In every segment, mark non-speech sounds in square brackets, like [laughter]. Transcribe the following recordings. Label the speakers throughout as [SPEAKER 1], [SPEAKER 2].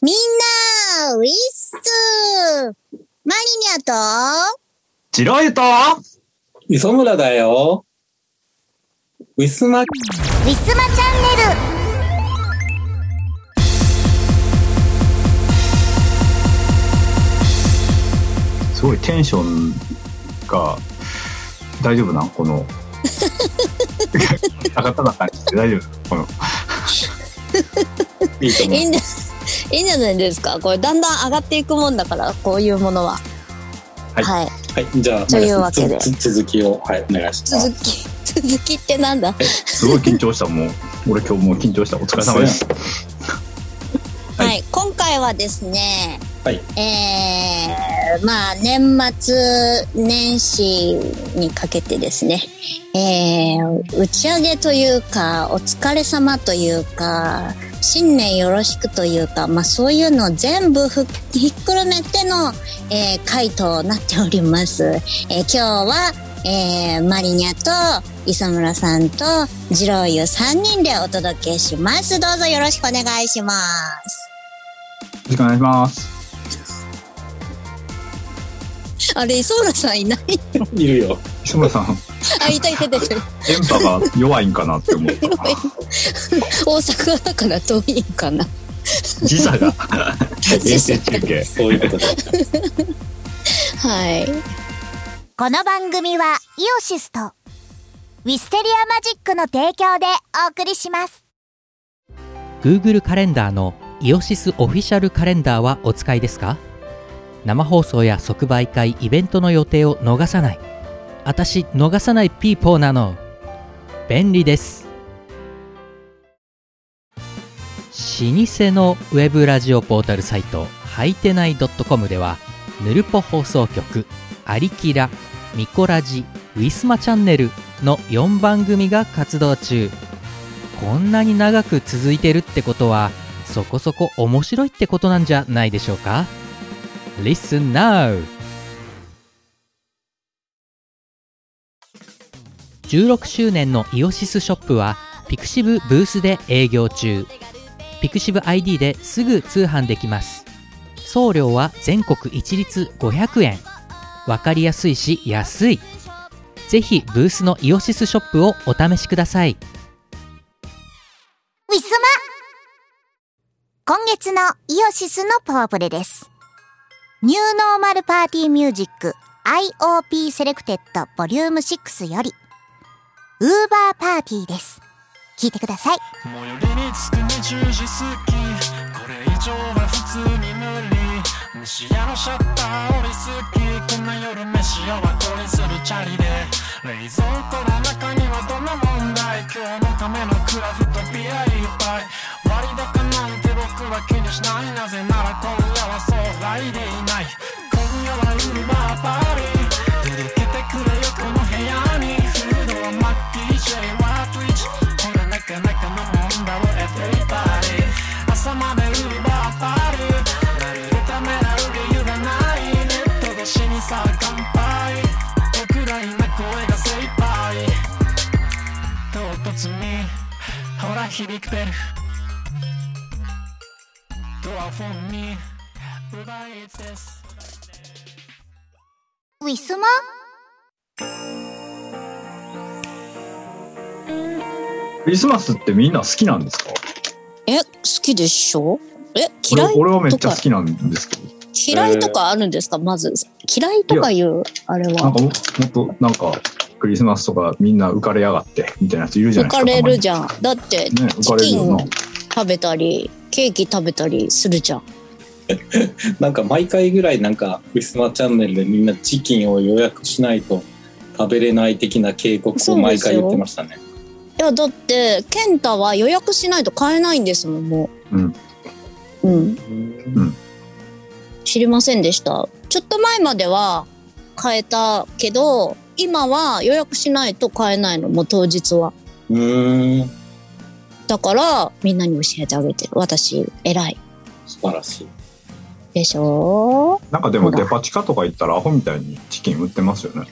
[SPEAKER 1] みんな、ウィッスマリニャと、
[SPEAKER 2] ジロユと
[SPEAKER 3] 磯村だよ。ウィスマ、
[SPEAKER 1] ウィスマチャンネル
[SPEAKER 2] すごいテンションが大丈夫なん
[SPEAKER 1] [laughs]
[SPEAKER 2] この高たな感じで大丈夫この
[SPEAKER 3] いいと思
[SPEAKER 1] いいんだ、いいんじゃないですか。これだんだん上がっていくもんだから、こういうものは。
[SPEAKER 3] はい
[SPEAKER 1] はい、
[SPEAKER 3] う。はい、じゃあ、
[SPEAKER 1] というわけで
[SPEAKER 3] つつ続きを、はい、お願いします。
[SPEAKER 1] 続き、続きってなんだ。
[SPEAKER 2] すごい緊張したもう俺今日もう緊張したお疲れ様です
[SPEAKER 1] は、
[SPEAKER 3] はいい
[SPEAKER 1] 今回はですね、
[SPEAKER 3] はい
[SPEAKER 1] えー、まあ年末年始にかけてですね、えー、打ち上げというか、お疲れ様というか、新年よろしくというか、まあそういうのを全部ふひっくるめての、えー、回となっております。えー、今日は、えー、マリニャと磯村さんと次郎湯3人でお届けします。どうぞよろしくお願いします。
[SPEAKER 2] よろしくお願いします
[SPEAKER 1] あれ、磯村さんいない [laughs]
[SPEAKER 3] いるよ。
[SPEAKER 2] 磯村さん
[SPEAKER 1] あ、いたいたいたいた。
[SPEAKER 2] [laughs] 電波が弱いんかなっ
[SPEAKER 1] [laughs]
[SPEAKER 2] て思った
[SPEAKER 1] 大阪だから遠いんかな。
[SPEAKER 2] 時差が衛
[SPEAKER 1] 時差
[SPEAKER 2] 星中継
[SPEAKER 3] そういうことで。
[SPEAKER 1] [laughs] はい。
[SPEAKER 4] この番組はイオシスとウィステリアマジックの提供でお送りします。
[SPEAKER 5] Google カレンダーのイオシスオフィシャルカレンダーはお使いですか生放送や即売会イベントの予定を逃さない私逃さないピーポーなの便利です老舗のウェブラジオポータルサイトはいてない .com ではぬるぽ放送局「アリキラ」「ミコラジ」「ウィスマチャンネル」の4番組が活動中こんなに長く続いてるってことはそこそこ面白いってことなんじゃないでしょうか Listen now! 16周年のイオシスショップはピクシブブースで営業中ピクシブ ID ですぐ通販できます送料は全国一律500円わかりやすいし安いぜひブースのイオシスショップをお試しください
[SPEAKER 4] ウィスマ今月のイオシスのパワープレです。ニューノーマルパーティーミュージック IOP セレクテッドボリューム6よりウーバーパーティーです。聞いてください。
[SPEAKER 6] 最寄りに着く20時過ぎこれ以上は普通に無理虫屋のシャッター降りすぎこんな夜飯をはこりするチャリで冷蔵庫の中にはどんな問題今日のためのクラフトビアいっぱい割高なんて僕は気にしないなぜなら今夜はそう来でいない今夜はウーバーパーリー届けてくれよこの部屋にフードはマッキー DJ は Twitch ほらなかなかのもんだろ Everybody 朝までウーバーパーリーまるでためらう理由がないネット越しにさあ乾杯僕ら今声が精一杯唐突にほら響くベルドアフォンに奪いです
[SPEAKER 4] ウィスマ
[SPEAKER 2] クリスマスってみんな好きなんですか
[SPEAKER 1] え、好きでしょえ、
[SPEAKER 2] 俺
[SPEAKER 1] 嫌い
[SPEAKER 2] 俺はめっちゃ好きなんですけど
[SPEAKER 1] 嫌いとかあるんですか、まず。嫌いとかいう、あれ
[SPEAKER 2] なん
[SPEAKER 1] は。
[SPEAKER 2] かももっとなんかクリスマスとかみんな浮かれやがってみたいなやついるじゃ
[SPEAKER 1] 浮
[SPEAKER 2] ない
[SPEAKER 1] か
[SPEAKER 2] ですか
[SPEAKER 1] れ
[SPEAKER 2] たま
[SPEAKER 1] る
[SPEAKER 2] に
[SPEAKER 1] じゃん。だって、
[SPEAKER 2] ね浮かれるよな
[SPEAKER 1] チ食べたり、ケーキ食べたりするじゃん。
[SPEAKER 3] なんか毎回ぐらい、なんか、ウィスマチャンネルでみんなチキンを予約しないと食べれない的な警告を毎回言ってましたね。
[SPEAKER 1] いやだって健太は予約しないと買えないんですもんもう
[SPEAKER 2] うん、
[SPEAKER 1] うん、
[SPEAKER 3] うん
[SPEAKER 1] 知りませんでしたちょっと前までは買えたけど今は予約しないと買えないのもう当日は
[SPEAKER 3] うーん。
[SPEAKER 1] だからみんなに教えてあげてる私偉い
[SPEAKER 3] 素晴らしい。
[SPEAKER 1] でしょ
[SPEAKER 2] なんかでもデパ地下とか行ったらアホみたいにチキン売ってますよね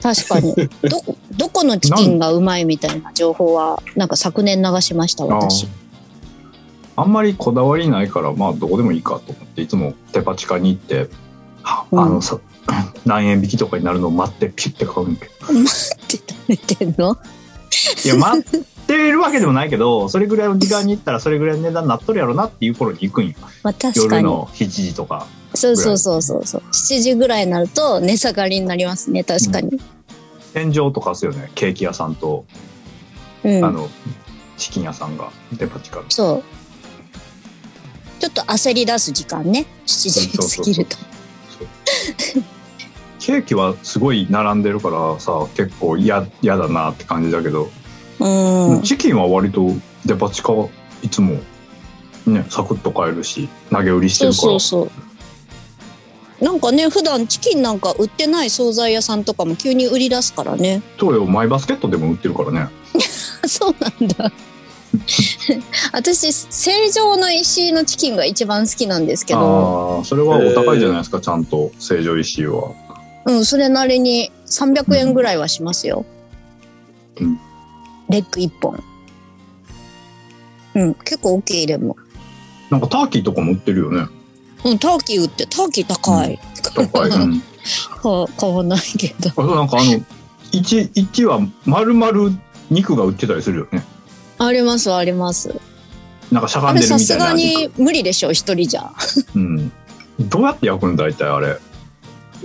[SPEAKER 1] 確
[SPEAKER 2] [laughs]
[SPEAKER 1] かにどどこのチキンがうまいみたいな情報はなんか昨年流しました
[SPEAKER 2] ああ
[SPEAKER 1] 私
[SPEAKER 2] あんまりこだわりないからまあどこでもいいかと思っていつもデパ地下に行ってはあ
[SPEAKER 1] うん
[SPEAKER 2] のさ、 [clears throat] 何円引きとかになるのを待ってピュッて買うんだけど
[SPEAKER 1] [laughs] 待って食べてんの
[SPEAKER 2] [laughs] いや待ってるわけでもないけどそれぐらいの時間に行ったらそれぐらいの値段になっとるやろなっていう頃に行くんよ
[SPEAKER 1] まあ確か
[SPEAKER 2] 夜
[SPEAKER 1] に。
[SPEAKER 2] の7時とか
[SPEAKER 1] そうそうそうそうそう。7時ぐらいになると値下がりになりますね、確かに。
[SPEAKER 2] 天井とかするよねケーキ屋さんと、
[SPEAKER 1] うん。
[SPEAKER 2] あのチキン屋さんがデパ地下
[SPEAKER 1] そう。ちょっと焦り出す時間ね。7時過ぎると。
[SPEAKER 2] [laughs] ケーキはすごい並んでるからさ結構嫌嫌だなって感じだけど、
[SPEAKER 1] うん。
[SPEAKER 2] チキンは割とデパ地下いつもねサクッと買えるし投げ売りして
[SPEAKER 1] そう
[SPEAKER 2] るから
[SPEAKER 1] そうそう。なんかね、普段チキンなんか売ってない惣菜屋さんとかも急に売り出すからね。 [laughs]
[SPEAKER 2] そうよマイバスケットでも売ってるからね
[SPEAKER 1] そうなんだ。 [laughs] 私、成城の石井のチキンが一番好きなんですけど、
[SPEAKER 2] ああそれはお高いじゃないですか、ちゃんと成城石井は
[SPEAKER 1] うん、それなりに300円ぐらいはしますよ。
[SPEAKER 2] うん
[SPEAKER 1] レッグ1本。うん、結構大きいレモン。
[SPEAKER 2] なんかターキーとかも売ってるよね
[SPEAKER 1] うん、ターキー売って、ターキー高い。
[SPEAKER 2] 高い、
[SPEAKER 1] [laughs]
[SPEAKER 2] うん、
[SPEAKER 1] か買わないけど。
[SPEAKER 2] あとなんかあの一一は丸々肉が売ってたりするよね
[SPEAKER 1] あります、あります。
[SPEAKER 2] なんかしゃが
[SPEAKER 1] あ
[SPEAKER 2] んで
[SPEAKER 1] れ
[SPEAKER 2] る
[SPEAKER 1] さ
[SPEAKER 2] みた
[SPEAKER 1] す
[SPEAKER 2] いな
[SPEAKER 1] が
[SPEAKER 2] 肉
[SPEAKER 1] に無理でしょ、一人じゃ。
[SPEAKER 2] うん、どうやって焼くんだいたいあれ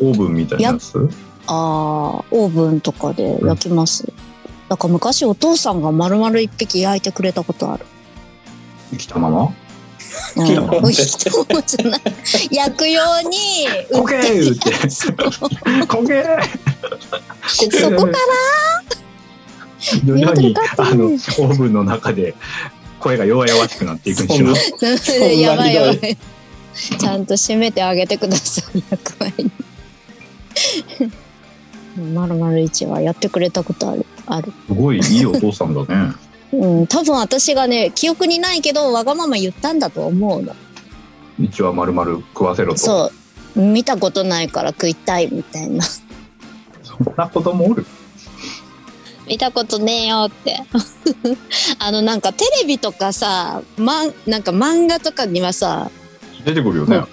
[SPEAKER 2] オーブンみたいなやつ
[SPEAKER 1] ああ、オーブンとかで焼きます。なんか昔お父さんが丸々一匹焼いてくれたことある。
[SPEAKER 2] 生きたまま
[SPEAKER 1] うん、
[SPEAKER 2] きなも
[SPEAKER 1] おいしそうじゃない。
[SPEAKER 2] [laughs]
[SPEAKER 1] 焼くように
[SPEAKER 2] コケー
[SPEAKER 1] 売
[SPEAKER 2] 言
[SPEAKER 1] ってるやつ。
[SPEAKER 2] ってコケー
[SPEAKER 1] そこから
[SPEAKER 2] 徐々に
[SPEAKER 1] ニワトリ飼ってる
[SPEAKER 2] あのオーブンの中で声が弱々しくなっていくんでしょ
[SPEAKER 3] そん
[SPEAKER 1] やばいやば
[SPEAKER 3] ひ
[SPEAKER 1] い。ちゃんと締めてあげてください、役 [laughs] 割に。まるまる一はやってくれたことある。ある。
[SPEAKER 2] すごいいいお父さんだね
[SPEAKER 1] うん、多分私がね、記憶にないけど、わがまま言ったんだと思うの。
[SPEAKER 2] 一は丸々食わせろとそ
[SPEAKER 1] そう。見たことないから食いたいみたいな。 [laughs]
[SPEAKER 2] んな子供おる
[SPEAKER 1] 見たことねえよって。 [laughs] あの、なんかテレビとかさ、まん、なんか漫画とかにはさ、
[SPEAKER 2] 出てくるよね、
[SPEAKER 1] うん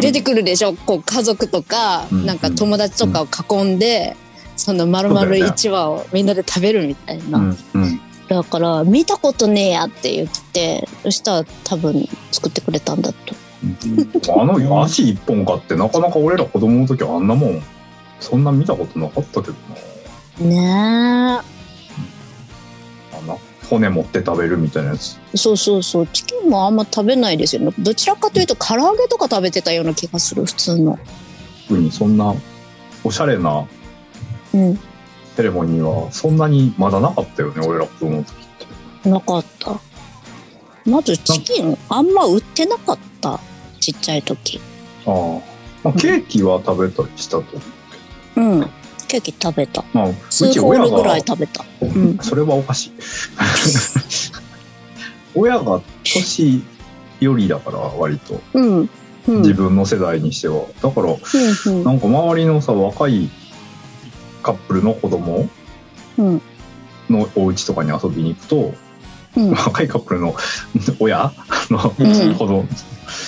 [SPEAKER 1] 出てくるでしょ、こう家族とか、
[SPEAKER 2] うん
[SPEAKER 1] なんか友達とかを囲んで、その丸
[SPEAKER 2] そう
[SPEAKER 1] 々
[SPEAKER 2] だよね
[SPEAKER 1] 一話をみんなで食べるみたいな、
[SPEAKER 2] うんうん、
[SPEAKER 1] だから見たことねえやって言ってそしたら多分作ってくれたんだと
[SPEAKER 2] あの足一本かってなかなか俺ら子供の時あんなもんそんな見たことなかったけどな
[SPEAKER 1] ね
[SPEAKER 2] あんな骨持って食べるみたいなやつ
[SPEAKER 1] えそうそうそうチキンもあんま食べないですよねどちらかというと唐揚げとか食べてたような気がする普通の
[SPEAKER 2] 特にそんなおしゃれな
[SPEAKER 1] うん
[SPEAKER 2] セレモニーはそんなにまだなかったよね俺ら子供の時って
[SPEAKER 1] なかったまずチキンあんま売ってなかったちっちゃい時
[SPEAKER 2] ああ、まあ、ケーキは食べたりしたと、
[SPEAKER 1] うんケーキ食べた
[SPEAKER 2] まあ、う
[SPEAKER 1] 2
[SPEAKER 2] ち
[SPEAKER 1] ホー
[SPEAKER 2] 親
[SPEAKER 1] ルぐらい
[SPEAKER 2] が
[SPEAKER 1] 食べたうん
[SPEAKER 2] それはおかしい [laughs] 親が年よりだから割と
[SPEAKER 1] うん。うん。
[SPEAKER 2] 自分の世代にしてはだから
[SPEAKER 1] うん
[SPEAKER 2] なんか周りのさ若いカップルの子供
[SPEAKER 1] うん
[SPEAKER 2] のお家とかに遊びに行くと、
[SPEAKER 1] うん
[SPEAKER 2] 若いカップルの親の
[SPEAKER 1] うん
[SPEAKER 2] 子供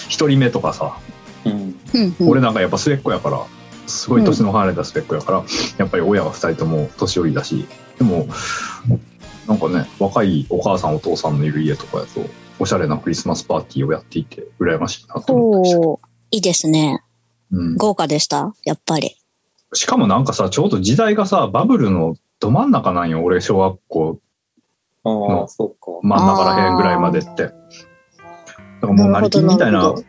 [SPEAKER 2] 一人目とかさ、
[SPEAKER 3] うん
[SPEAKER 1] うんうん
[SPEAKER 2] 俺なんかやっぱ末っ子やからすごい年の離れた末っ子やから、やっぱり親が二人とも年寄りだしでもなんかね若いお母さんお父さんのいる家とかやとおしゃれなクリスマスパーティーをやっていて羨ましいなと思ったりした
[SPEAKER 1] ほう。いいですね。
[SPEAKER 2] うん
[SPEAKER 1] 豪華でした。やっぱり。
[SPEAKER 2] しかもなんかさちょうど時代がさバブルのど真ん中なんよ俺小学校
[SPEAKER 3] あ
[SPEAKER 2] うん
[SPEAKER 3] あ、そうか。
[SPEAKER 2] 真ん中らへんぐらいまでってだからもう成金みたい
[SPEAKER 1] なるほ
[SPEAKER 2] な
[SPEAKER 1] ど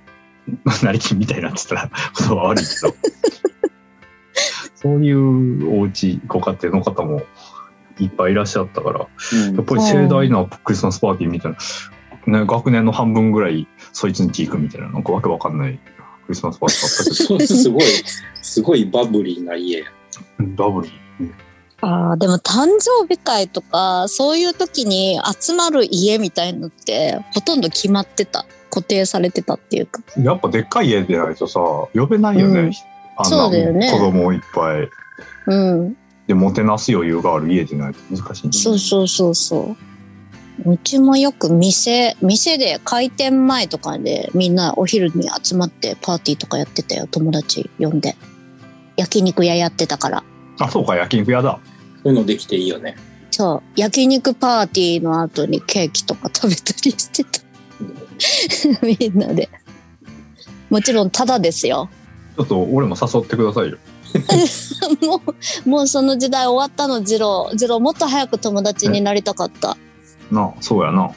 [SPEAKER 2] 成金みたい [laughs] なって言ったら [laughs] 言葉悪いけど [laughs] そういうお家ご家庭の方もいっぱいいらっしゃったからやっぱり盛大なクリスマスパーティーみたいな、ね、学年の半分ぐらいそいつに行くみたいななんかわけわかんないクリスマスパーティーだったけ
[SPEAKER 3] うん、すごい、すごいバブリーな家。
[SPEAKER 1] [laughs]
[SPEAKER 2] どダブル
[SPEAKER 1] ああ、でも誕生日会とか、そういう時に集まる家みたいのって、ほとんど決まってた。固定されてたっていうか。
[SPEAKER 2] やっぱでっかい家でないとさ呼べないよね、
[SPEAKER 1] うん
[SPEAKER 2] あん
[SPEAKER 1] そうだよ
[SPEAKER 2] な
[SPEAKER 1] ね
[SPEAKER 2] 子供をいっぱい
[SPEAKER 1] うん。
[SPEAKER 2] でもてなす余裕がある家でないと難しいんだよね
[SPEAKER 1] そうそうそうそう。うちもよく店、店で開店前とかでみんなお昼に集まってパーティーとかやってたよ。友達呼んで。焼肉屋やってたから。
[SPEAKER 2] あ、そうか、焼肉屋だ。
[SPEAKER 3] そういうのできていいよね。
[SPEAKER 1] そう。焼肉パーティーの後にケーキとか食べたりしてた。 [laughs] みんなで。もちろんタダですよ。
[SPEAKER 2] ちょっと俺も誘ってくださいよ。
[SPEAKER 1] もう、もうその時代終わったの、ジロー。ジローもっと早く友達になりたかった。
[SPEAKER 2] なあ、そうやな。
[SPEAKER 1] う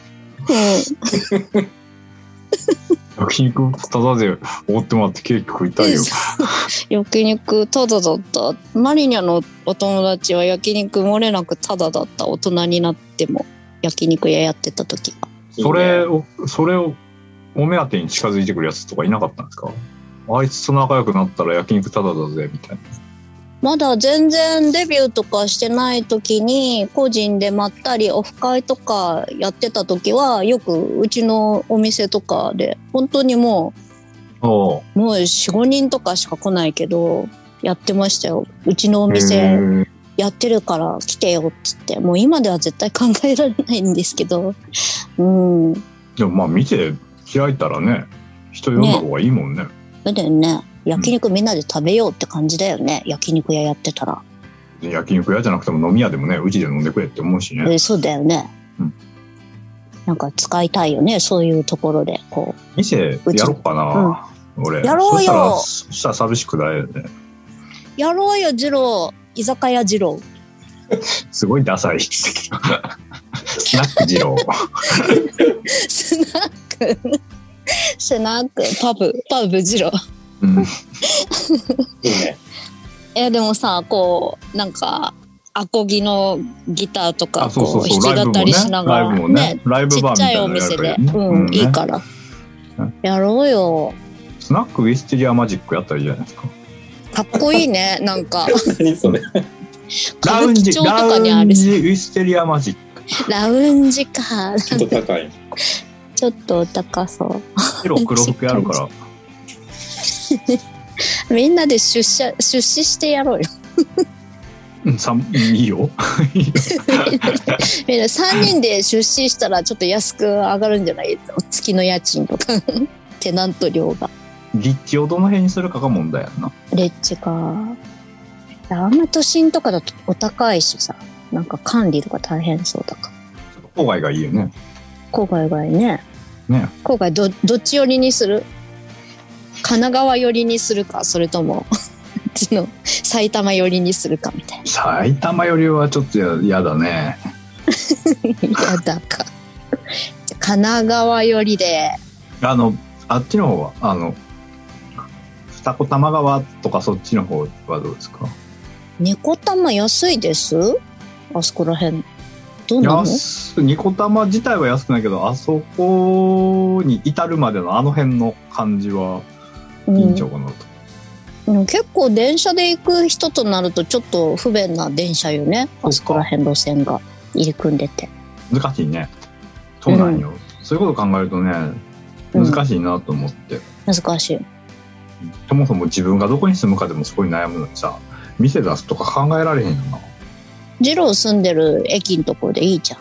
[SPEAKER 2] 焼肉ただで覆ってもらってケーキ食いたいよ。
[SPEAKER 1] ん。焼肉タダだった。マリニャのお友達は焼肉漏れなくタダだった。大人になっても焼肉屋やってた時が。
[SPEAKER 2] それを、それをお目当てに近づいてくるやつとかいなかったんですかあいつと仲良くなったら焼肉ただだぜ、みたいな。
[SPEAKER 1] まだ全然デビューとかしてない時に個人でまったりオフ会とかやってた時はよくうちのお店とかで本当にも
[SPEAKER 2] おう
[SPEAKER 1] うもう45人とかしか来ないけどやってましたようちのお
[SPEAKER 2] へ
[SPEAKER 1] 店
[SPEAKER 2] ー
[SPEAKER 1] やってるから来てよっつってもう今では絶対考えられないんですけどうん
[SPEAKER 2] でもまあ見て開いたらね、人呼んだ方がいいもんね。
[SPEAKER 1] そうだよね焼肉みんなで食べようって感じだよね焼肉屋やってたら、
[SPEAKER 2] 焼肉屋じゃなくても飲み屋でもね、うちで飲んでくれって思うしね。
[SPEAKER 1] えそうだよね、
[SPEAKER 2] うん
[SPEAKER 1] なんか使いたいよねそういうところでこう
[SPEAKER 2] 店やろっかな、俺
[SPEAKER 1] やろうよ
[SPEAKER 2] そしたらそしたら寂しくないよね
[SPEAKER 1] やろうよ、二郎。居酒屋二郎。 [laughs]
[SPEAKER 2] すごいダサいスナック二郎
[SPEAKER 1] スナック。 [laughs] スナック、パブ、パブ二郎。
[SPEAKER 2] うん
[SPEAKER 3] いい
[SPEAKER 1] [laughs]
[SPEAKER 3] ね。
[SPEAKER 1] えでもさ、こう、なんか、アコギのギターとか、
[SPEAKER 2] あそうそう
[SPEAKER 1] こ
[SPEAKER 2] そうライ
[SPEAKER 1] 弾
[SPEAKER 2] ブ
[SPEAKER 1] き語
[SPEAKER 2] も
[SPEAKER 1] り
[SPEAKER 2] ね
[SPEAKER 1] しなが
[SPEAKER 2] ライ
[SPEAKER 1] ら、
[SPEAKER 2] ブもねライ
[SPEAKER 1] ち
[SPEAKER 2] ブ
[SPEAKER 1] っ
[SPEAKER 2] バーみ
[SPEAKER 1] ちゃ
[SPEAKER 2] た
[SPEAKER 1] い
[SPEAKER 2] い
[SPEAKER 1] お
[SPEAKER 2] なのや
[SPEAKER 1] 店
[SPEAKER 2] るから
[SPEAKER 1] で
[SPEAKER 2] いい、ね
[SPEAKER 1] うん、
[SPEAKER 2] うん
[SPEAKER 1] いいから
[SPEAKER 2] うん。
[SPEAKER 1] やろうよ。
[SPEAKER 2] スナックウィステリアマジックやったらいいじゃないですか
[SPEAKER 1] かっこいいね、なん
[SPEAKER 2] [laughs]
[SPEAKER 1] か。
[SPEAKER 3] 何それ。
[SPEAKER 2] ラ
[SPEAKER 1] 歌
[SPEAKER 2] ウ
[SPEAKER 1] 舞
[SPEAKER 2] ン
[SPEAKER 1] 伎
[SPEAKER 2] ジ
[SPEAKER 1] 町と
[SPEAKER 2] ラ
[SPEAKER 1] かにあ
[SPEAKER 2] ウン
[SPEAKER 1] る。
[SPEAKER 2] ジウィステリアマジック
[SPEAKER 1] ラウンジか。
[SPEAKER 3] ちょっと高い。
[SPEAKER 1] ちょっとお高そう。
[SPEAKER 2] 白黒服やるから
[SPEAKER 1] みんなで出社、出資してやろうよ。
[SPEAKER 2] うんさんいいよいいよ
[SPEAKER 1] みんな3人で出資したらちょっと安く上がるんじゃない月の家賃とか [laughs] テナント料が
[SPEAKER 2] 立地をどの辺にするかが問題やんな
[SPEAKER 1] レッジがいやあんま都心とかだとお高いしさなんか管理とか大変そうだから
[SPEAKER 2] 郊外がいいよね
[SPEAKER 1] 郊外がいいね
[SPEAKER 2] ね
[SPEAKER 1] 郊外どどっち寄りにする神奈川寄りにするかそれともあっちの埼玉寄りにするかみたい
[SPEAKER 2] 埼玉よりはちょっとややだね
[SPEAKER 1] なやだかじゃあ神奈川寄りで
[SPEAKER 2] あの、あっちの方は、あの、二子玉川とかそっちの方はどうですか
[SPEAKER 1] 猫玉安いですあそこら辺どうなの
[SPEAKER 2] 安、二子玉自体は安くないけど、あそこに至るまでのあの辺の感じは
[SPEAKER 1] う
[SPEAKER 2] いい
[SPEAKER 1] ん
[SPEAKER 2] んちゃうかなと。
[SPEAKER 1] でも結構電車で行く人となるとちょっと不便な電車よね
[SPEAKER 2] か
[SPEAKER 1] あそこら辺路線が入り組んでて、
[SPEAKER 2] 難しいね。そうなんよ。そういうこと考えるとね、
[SPEAKER 1] うん
[SPEAKER 2] 難しいなと思って。
[SPEAKER 1] 難しい
[SPEAKER 2] そもそも自分がどこに住むかでもすごい悩むのにさ、店出すとか考えられへんよな。
[SPEAKER 1] 二郎住んでる駅のところでいいじゃん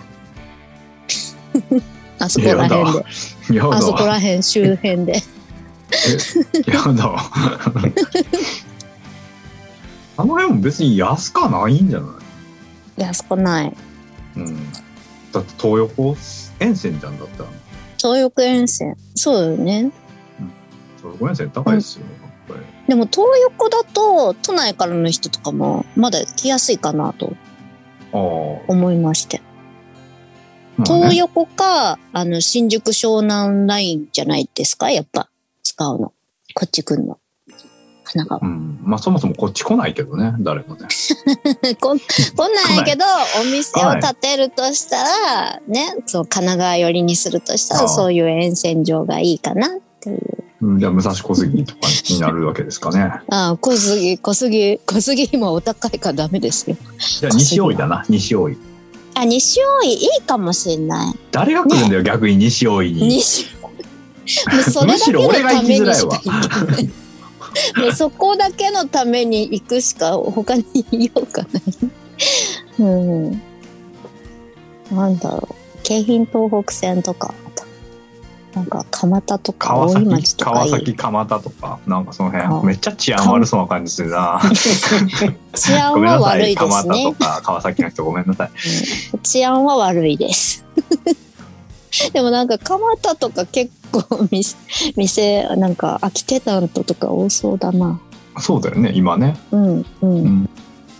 [SPEAKER 1] あそこら辺で
[SPEAKER 2] やだ
[SPEAKER 1] あそこ
[SPEAKER 2] わ。
[SPEAKER 1] ら辺周辺で
[SPEAKER 2] [laughs] やだわ。あの辺も別に安かないんじゃない
[SPEAKER 1] 安くない
[SPEAKER 2] うんだって東横沿線じゃんだったら
[SPEAKER 1] 東横沿線そうよね
[SPEAKER 2] 東横沿線高いですよ、これ
[SPEAKER 1] でも東横だと都内からの人とかもまだ来やすいかなと
[SPEAKER 2] あ
[SPEAKER 1] 思いまして
[SPEAKER 2] あ、まあ
[SPEAKER 1] 東
[SPEAKER 2] ね、
[SPEAKER 1] 横か、あの、新宿湘南ラインじゃないですか、やっぱ、使うの。こっち来んの。神奈
[SPEAKER 2] うんまあそもそもこっち来ないけどね誰もね
[SPEAKER 1] 川。 [laughs] こん来ないけど、お店を建てるとしたら、ね、そう、神奈川寄りにするとした
[SPEAKER 2] あ
[SPEAKER 1] ら、
[SPEAKER 2] あ
[SPEAKER 1] そういう沿線上がいいかなっていう。
[SPEAKER 2] うんじゃあ武蔵小杉とかになるわけですかね
[SPEAKER 1] ああ、小杉、小杉、小杉今お高いからダメですよ。
[SPEAKER 2] じゃあ西大井だな西大井
[SPEAKER 1] あ、西大井いいかもしれない。
[SPEAKER 2] 誰が来るんだよ、逆に西大井に
[SPEAKER 1] 西大井。もうそれ
[SPEAKER 2] [laughs] む
[SPEAKER 1] だ
[SPEAKER 2] し
[SPEAKER 1] け
[SPEAKER 2] ろ
[SPEAKER 1] の
[SPEAKER 2] 俺が
[SPEAKER 1] た
[SPEAKER 2] 行
[SPEAKER 1] め
[SPEAKER 2] きづ
[SPEAKER 1] に
[SPEAKER 2] ら
[SPEAKER 1] し
[SPEAKER 2] い
[SPEAKER 1] か
[SPEAKER 2] わ
[SPEAKER 1] 行けないもうそこだけのために行くしか他に言いようがない。うん。なんだろう。京浜東北線とか、あとなんか蒲田とか
[SPEAKER 2] 川
[SPEAKER 1] 大井
[SPEAKER 2] 崎
[SPEAKER 1] 町と
[SPEAKER 2] 川
[SPEAKER 1] かいい
[SPEAKER 2] 崎蒲田とかなんかその
[SPEAKER 1] あ
[SPEAKER 2] 辺めっちゃ治安悪そうな感じするな
[SPEAKER 1] 治安
[SPEAKER 2] ごめん
[SPEAKER 1] は
[SPEAKER 2] なさ
[SPEAKER 1] 悪
[SPEAKER 2] い
[SPEAKER 1] いで
[SPEAKER 2] 蒲
[SPEAKER 1] す
[SPEAKER 2] 田と [laughs]
[SPEAKER 1] ね。
[SPEAKER 2] か川崎の人ごめんなさい
[SPEAKER 1] 治安は悪いです。 [laughs] でもなんか蒲田とか結構店、店、なんか空きテナントとか多そうだな。
[SPEAKER 2] そうだよね今ね
[SPEAKER 1] うん、うん、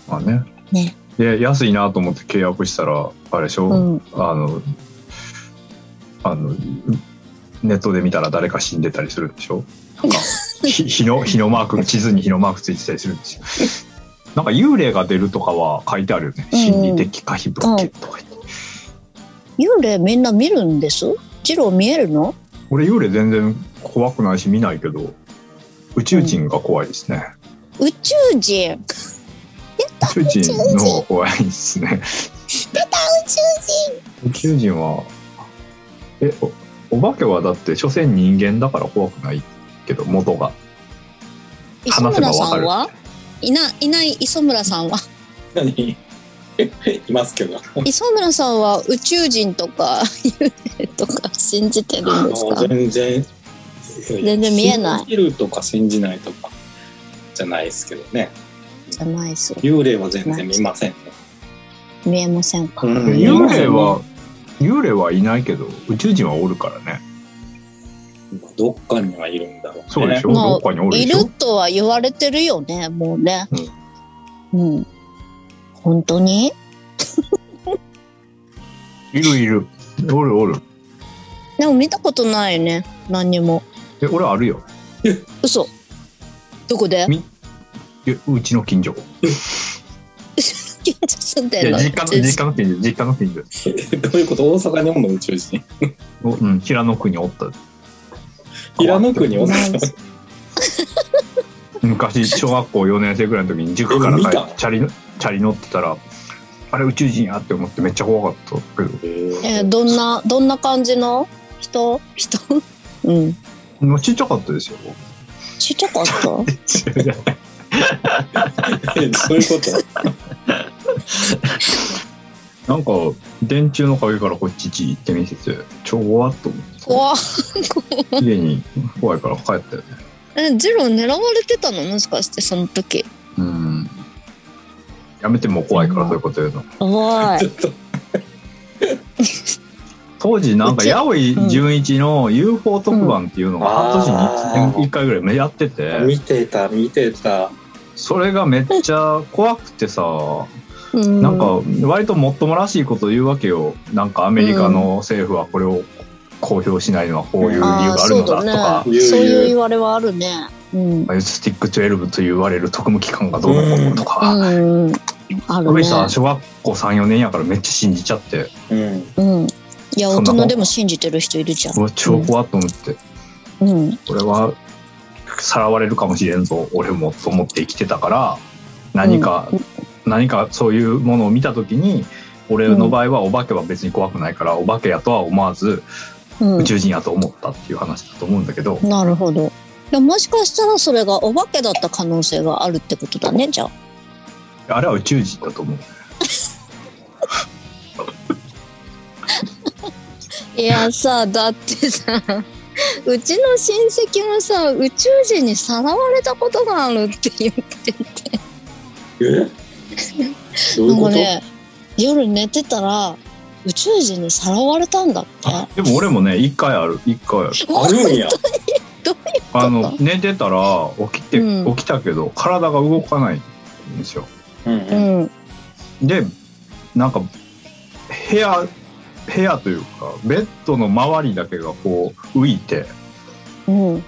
[SPEAKER 2] まあね
[SPEAKER 1] ね
[SPEAKER 2] で安いなと思って契約したらあれでしょ、
[SPEAKER 1] うん。
[SPEAKER 2] あのあのネットで見たら誰か死んでたりするんでしょ
[SPEAKER 1] [laughs]
[SPEAKER 2] なんかひ日の日のマーク地図に日のマークついてたりするんですよなんか幽霊が出るとかは書いてあるよね
[SPEAKER 1] うん
[SPEAKER 2] 心理的可否物件とか言って、
[SPEAKER 1] 幽霊みんな見るんですジロー見えるの
[SPEAKER 2] 俺幽霊全然怖くないし見ないけど宇宙人が怖いですね、
[SPEAKER 1] 宇宙人
[SPEAKER 2] 宇宙人の方が怖いですね
[SPEAKER 1] 宇宙人
[SPEAKER 2] 宇宙人はえおお化けはだって所詮人間だから怖くないけど元が
[SPEAKER 1] 磯村さんはいないない磯村さんは
[SPEAKER 3] 何いますけど。
[SPEAKER 1] 磯村さんは宇宙人とか [laughs] 幽霊とか信じてるんです
[SPEAKER 3] あ
[SPEAKER 1] か
[SPEAKER 3] の全然
[SPEAKER 1] 全然見えない
[SPEAKER 3] 信じるとか信じないとかじゃないですけどね
[SPEAKER 1] じゃないですよ
[SPEAKER 3] 幽霊は全然見ません、
[SPEAKER 1] 見えませんか
[SPEAKER 3] うん
[SPEAKER 2] で幽霊は幽霊はいないけど宇宙人はおるからね
[SPEAKER 3] どっかにはいるんだろうね
[SPEAKER 2] そうでしょ、
[SPEAKER 1] まあ
[SPEAKER 2] どっかにおるで
[SPEAKER 1] い
[SPEAKER 2] しょ
[SPEAKER 1] るとは言われてるよねもうねうん、本当に
[SPEAKER 2] いるいるおるおる
[SPEAKER 1] でも見たことないよね何にも
[SPEAKER 2] え俺あるよ
[SPEAKER 1] 嘘どこで [laughs]
[SPEAKER 2] みえうちの近所
[SPEAKER 1] 近所住ん
[SPEAKER 2] い
[SPEAKER 1] でん
[SPEAKER 2] や
[SPEAKER 1] の
[SPEAKER 2] 実家の
[SPEAKER 1] 宇宙人
[SPEAKER 2] 実家の近所実家の近所
[SPEAKER 3] [laughs] どういうこと大阪におんの宇宙人
[SPEAKER 2] おうん平野区におった
[SPEAKER 3] 平野区におんの
[SPEAKER 1] ないです
[SPEAKER 2] 昔小学校4年生ぐらいの時に塾から帰っ
[SPEAKER 3] 見た
[SPEAKER 2] チャリのチャリ乗ってたらあれ宇宙人やって思ってめっちゃ怖かったけど
[SPEAKER 1] えーどんなどんな感じの人人 [laughs] うん
[SPEAKER 2] もうちっちゃかったですよ
[SPEAKER 1] ちっちゃかった
[SPEAKER 3] そういうこ
[SPEAKER 2] [laughs]
[SPEAKER 3] と
[SPEAKER 2] なんか電柱の陰からこっち行って見てて超怖っと思って
[SPEAKER 1] 怖っ
[SPEAKER 2] 家に怖いから帰ったよね
[SPEAKER 1] えジロー狙われてたのもしかしてその時
[SPEAKER 2] うんやめてもう怖いからそういうこと言うの
[SPEAKER 1] 怖い
[SPEAKER 2] 当時なんか
[SPEAKER 1] うち
[SPEAKER 2] 八
[SPEAKER 1] うん
[SPEAKER 2] 尾純一の UFO 特番っていうのが半年に1年1回ぐらいやってて
[SPEAKER 3] 見てた見てた
[SPEAKER 2] それがめっちゃ怖くてさ
[SPEAKER 1] うん
[SPEAKER 2] [laughs] なんか割ともっともらしいこと言うわけよなんかアメリカの政府はこれを公表しないのはこういう理由
[SPEAKER 1] あー
[SPEAKER 2] がある
[SPEAKER 1] そう
[SPEAKER 2] のだと
[SPEAKER 1] だ
[SPEAKER 2] か
[SPEAKER 1] ねそういう言われはあるねうん
[SPEAKER 2] まあスティック12と言われる特務機関がどうのこうのと
[SPEAKER 1] う
[SPEAKER 2] か
[SPEAKER 1] んうんある
[SPEAKER 2] 上
[SPEAKER 1] ね
[SPEAKER 2] さ小学校34年やからめっちゃ信じちゃって
[SPEAKER 3] うん
[SPEAKER 1] うんいや
[SPEAKER 2] そ
[SPEAKER 1] 大人
[SPEAKER 2] んなもん
[SPEAKER 1] でも信じてる人いるじゃん
[SPEAKER 2] うわ超怖っと思って
[SPEAKER 1] うん
[SPEAKER 2] これはさらわれるかもしれんぞ俺もと思って生きてたから何か、何かそういうものを見た時に俺の場合はお化けは別に怖くないから、お化けやとは思わず
[SPEAKER 1] う
[SPEAKER 2] 宇宙人やと思ったっていう話だと思うんだけど、
[SPEAKER 1] んなるほどいやもしかしたらそれがお化けだった可能性があるってことだねじゃあ
[SPEAKER 2] あれは宇宙人だと思う
[SPEAKER 1] いやさだってさうちの親戚もさ宇宙人にさらわれたことがあるって言ってて
[SPEAKER 3] えどうい
[SPEAKER 1] な
[SPEAKER 3] う
[SPEAKER 1] ん
[SPEAKER 3] こ
[SPEAKER 1] か
[SPEAKER 3] と、
[SPEAKER 1] ね夜寝てたら宇宙人にさらわれたんだって
[SPEAKER 2] でも俺もね一回ある一回ある
[SPEAKER 3] あるんや
[SPEAKER 2] あの寝てたら起きて、
[SPEAKER 1] うん
[SPEAKER 2] 起きたけど体が動かないんですよ
[SPEAKER 3] うん
[SPEAKER 1] う
[SPEAKER 3] うん
[SPEAKER 1] ん
[SPEAKER 2] でなんか部屋部屋というかベッドの周りだけがこう浮いて
[SPEAKER 1] うん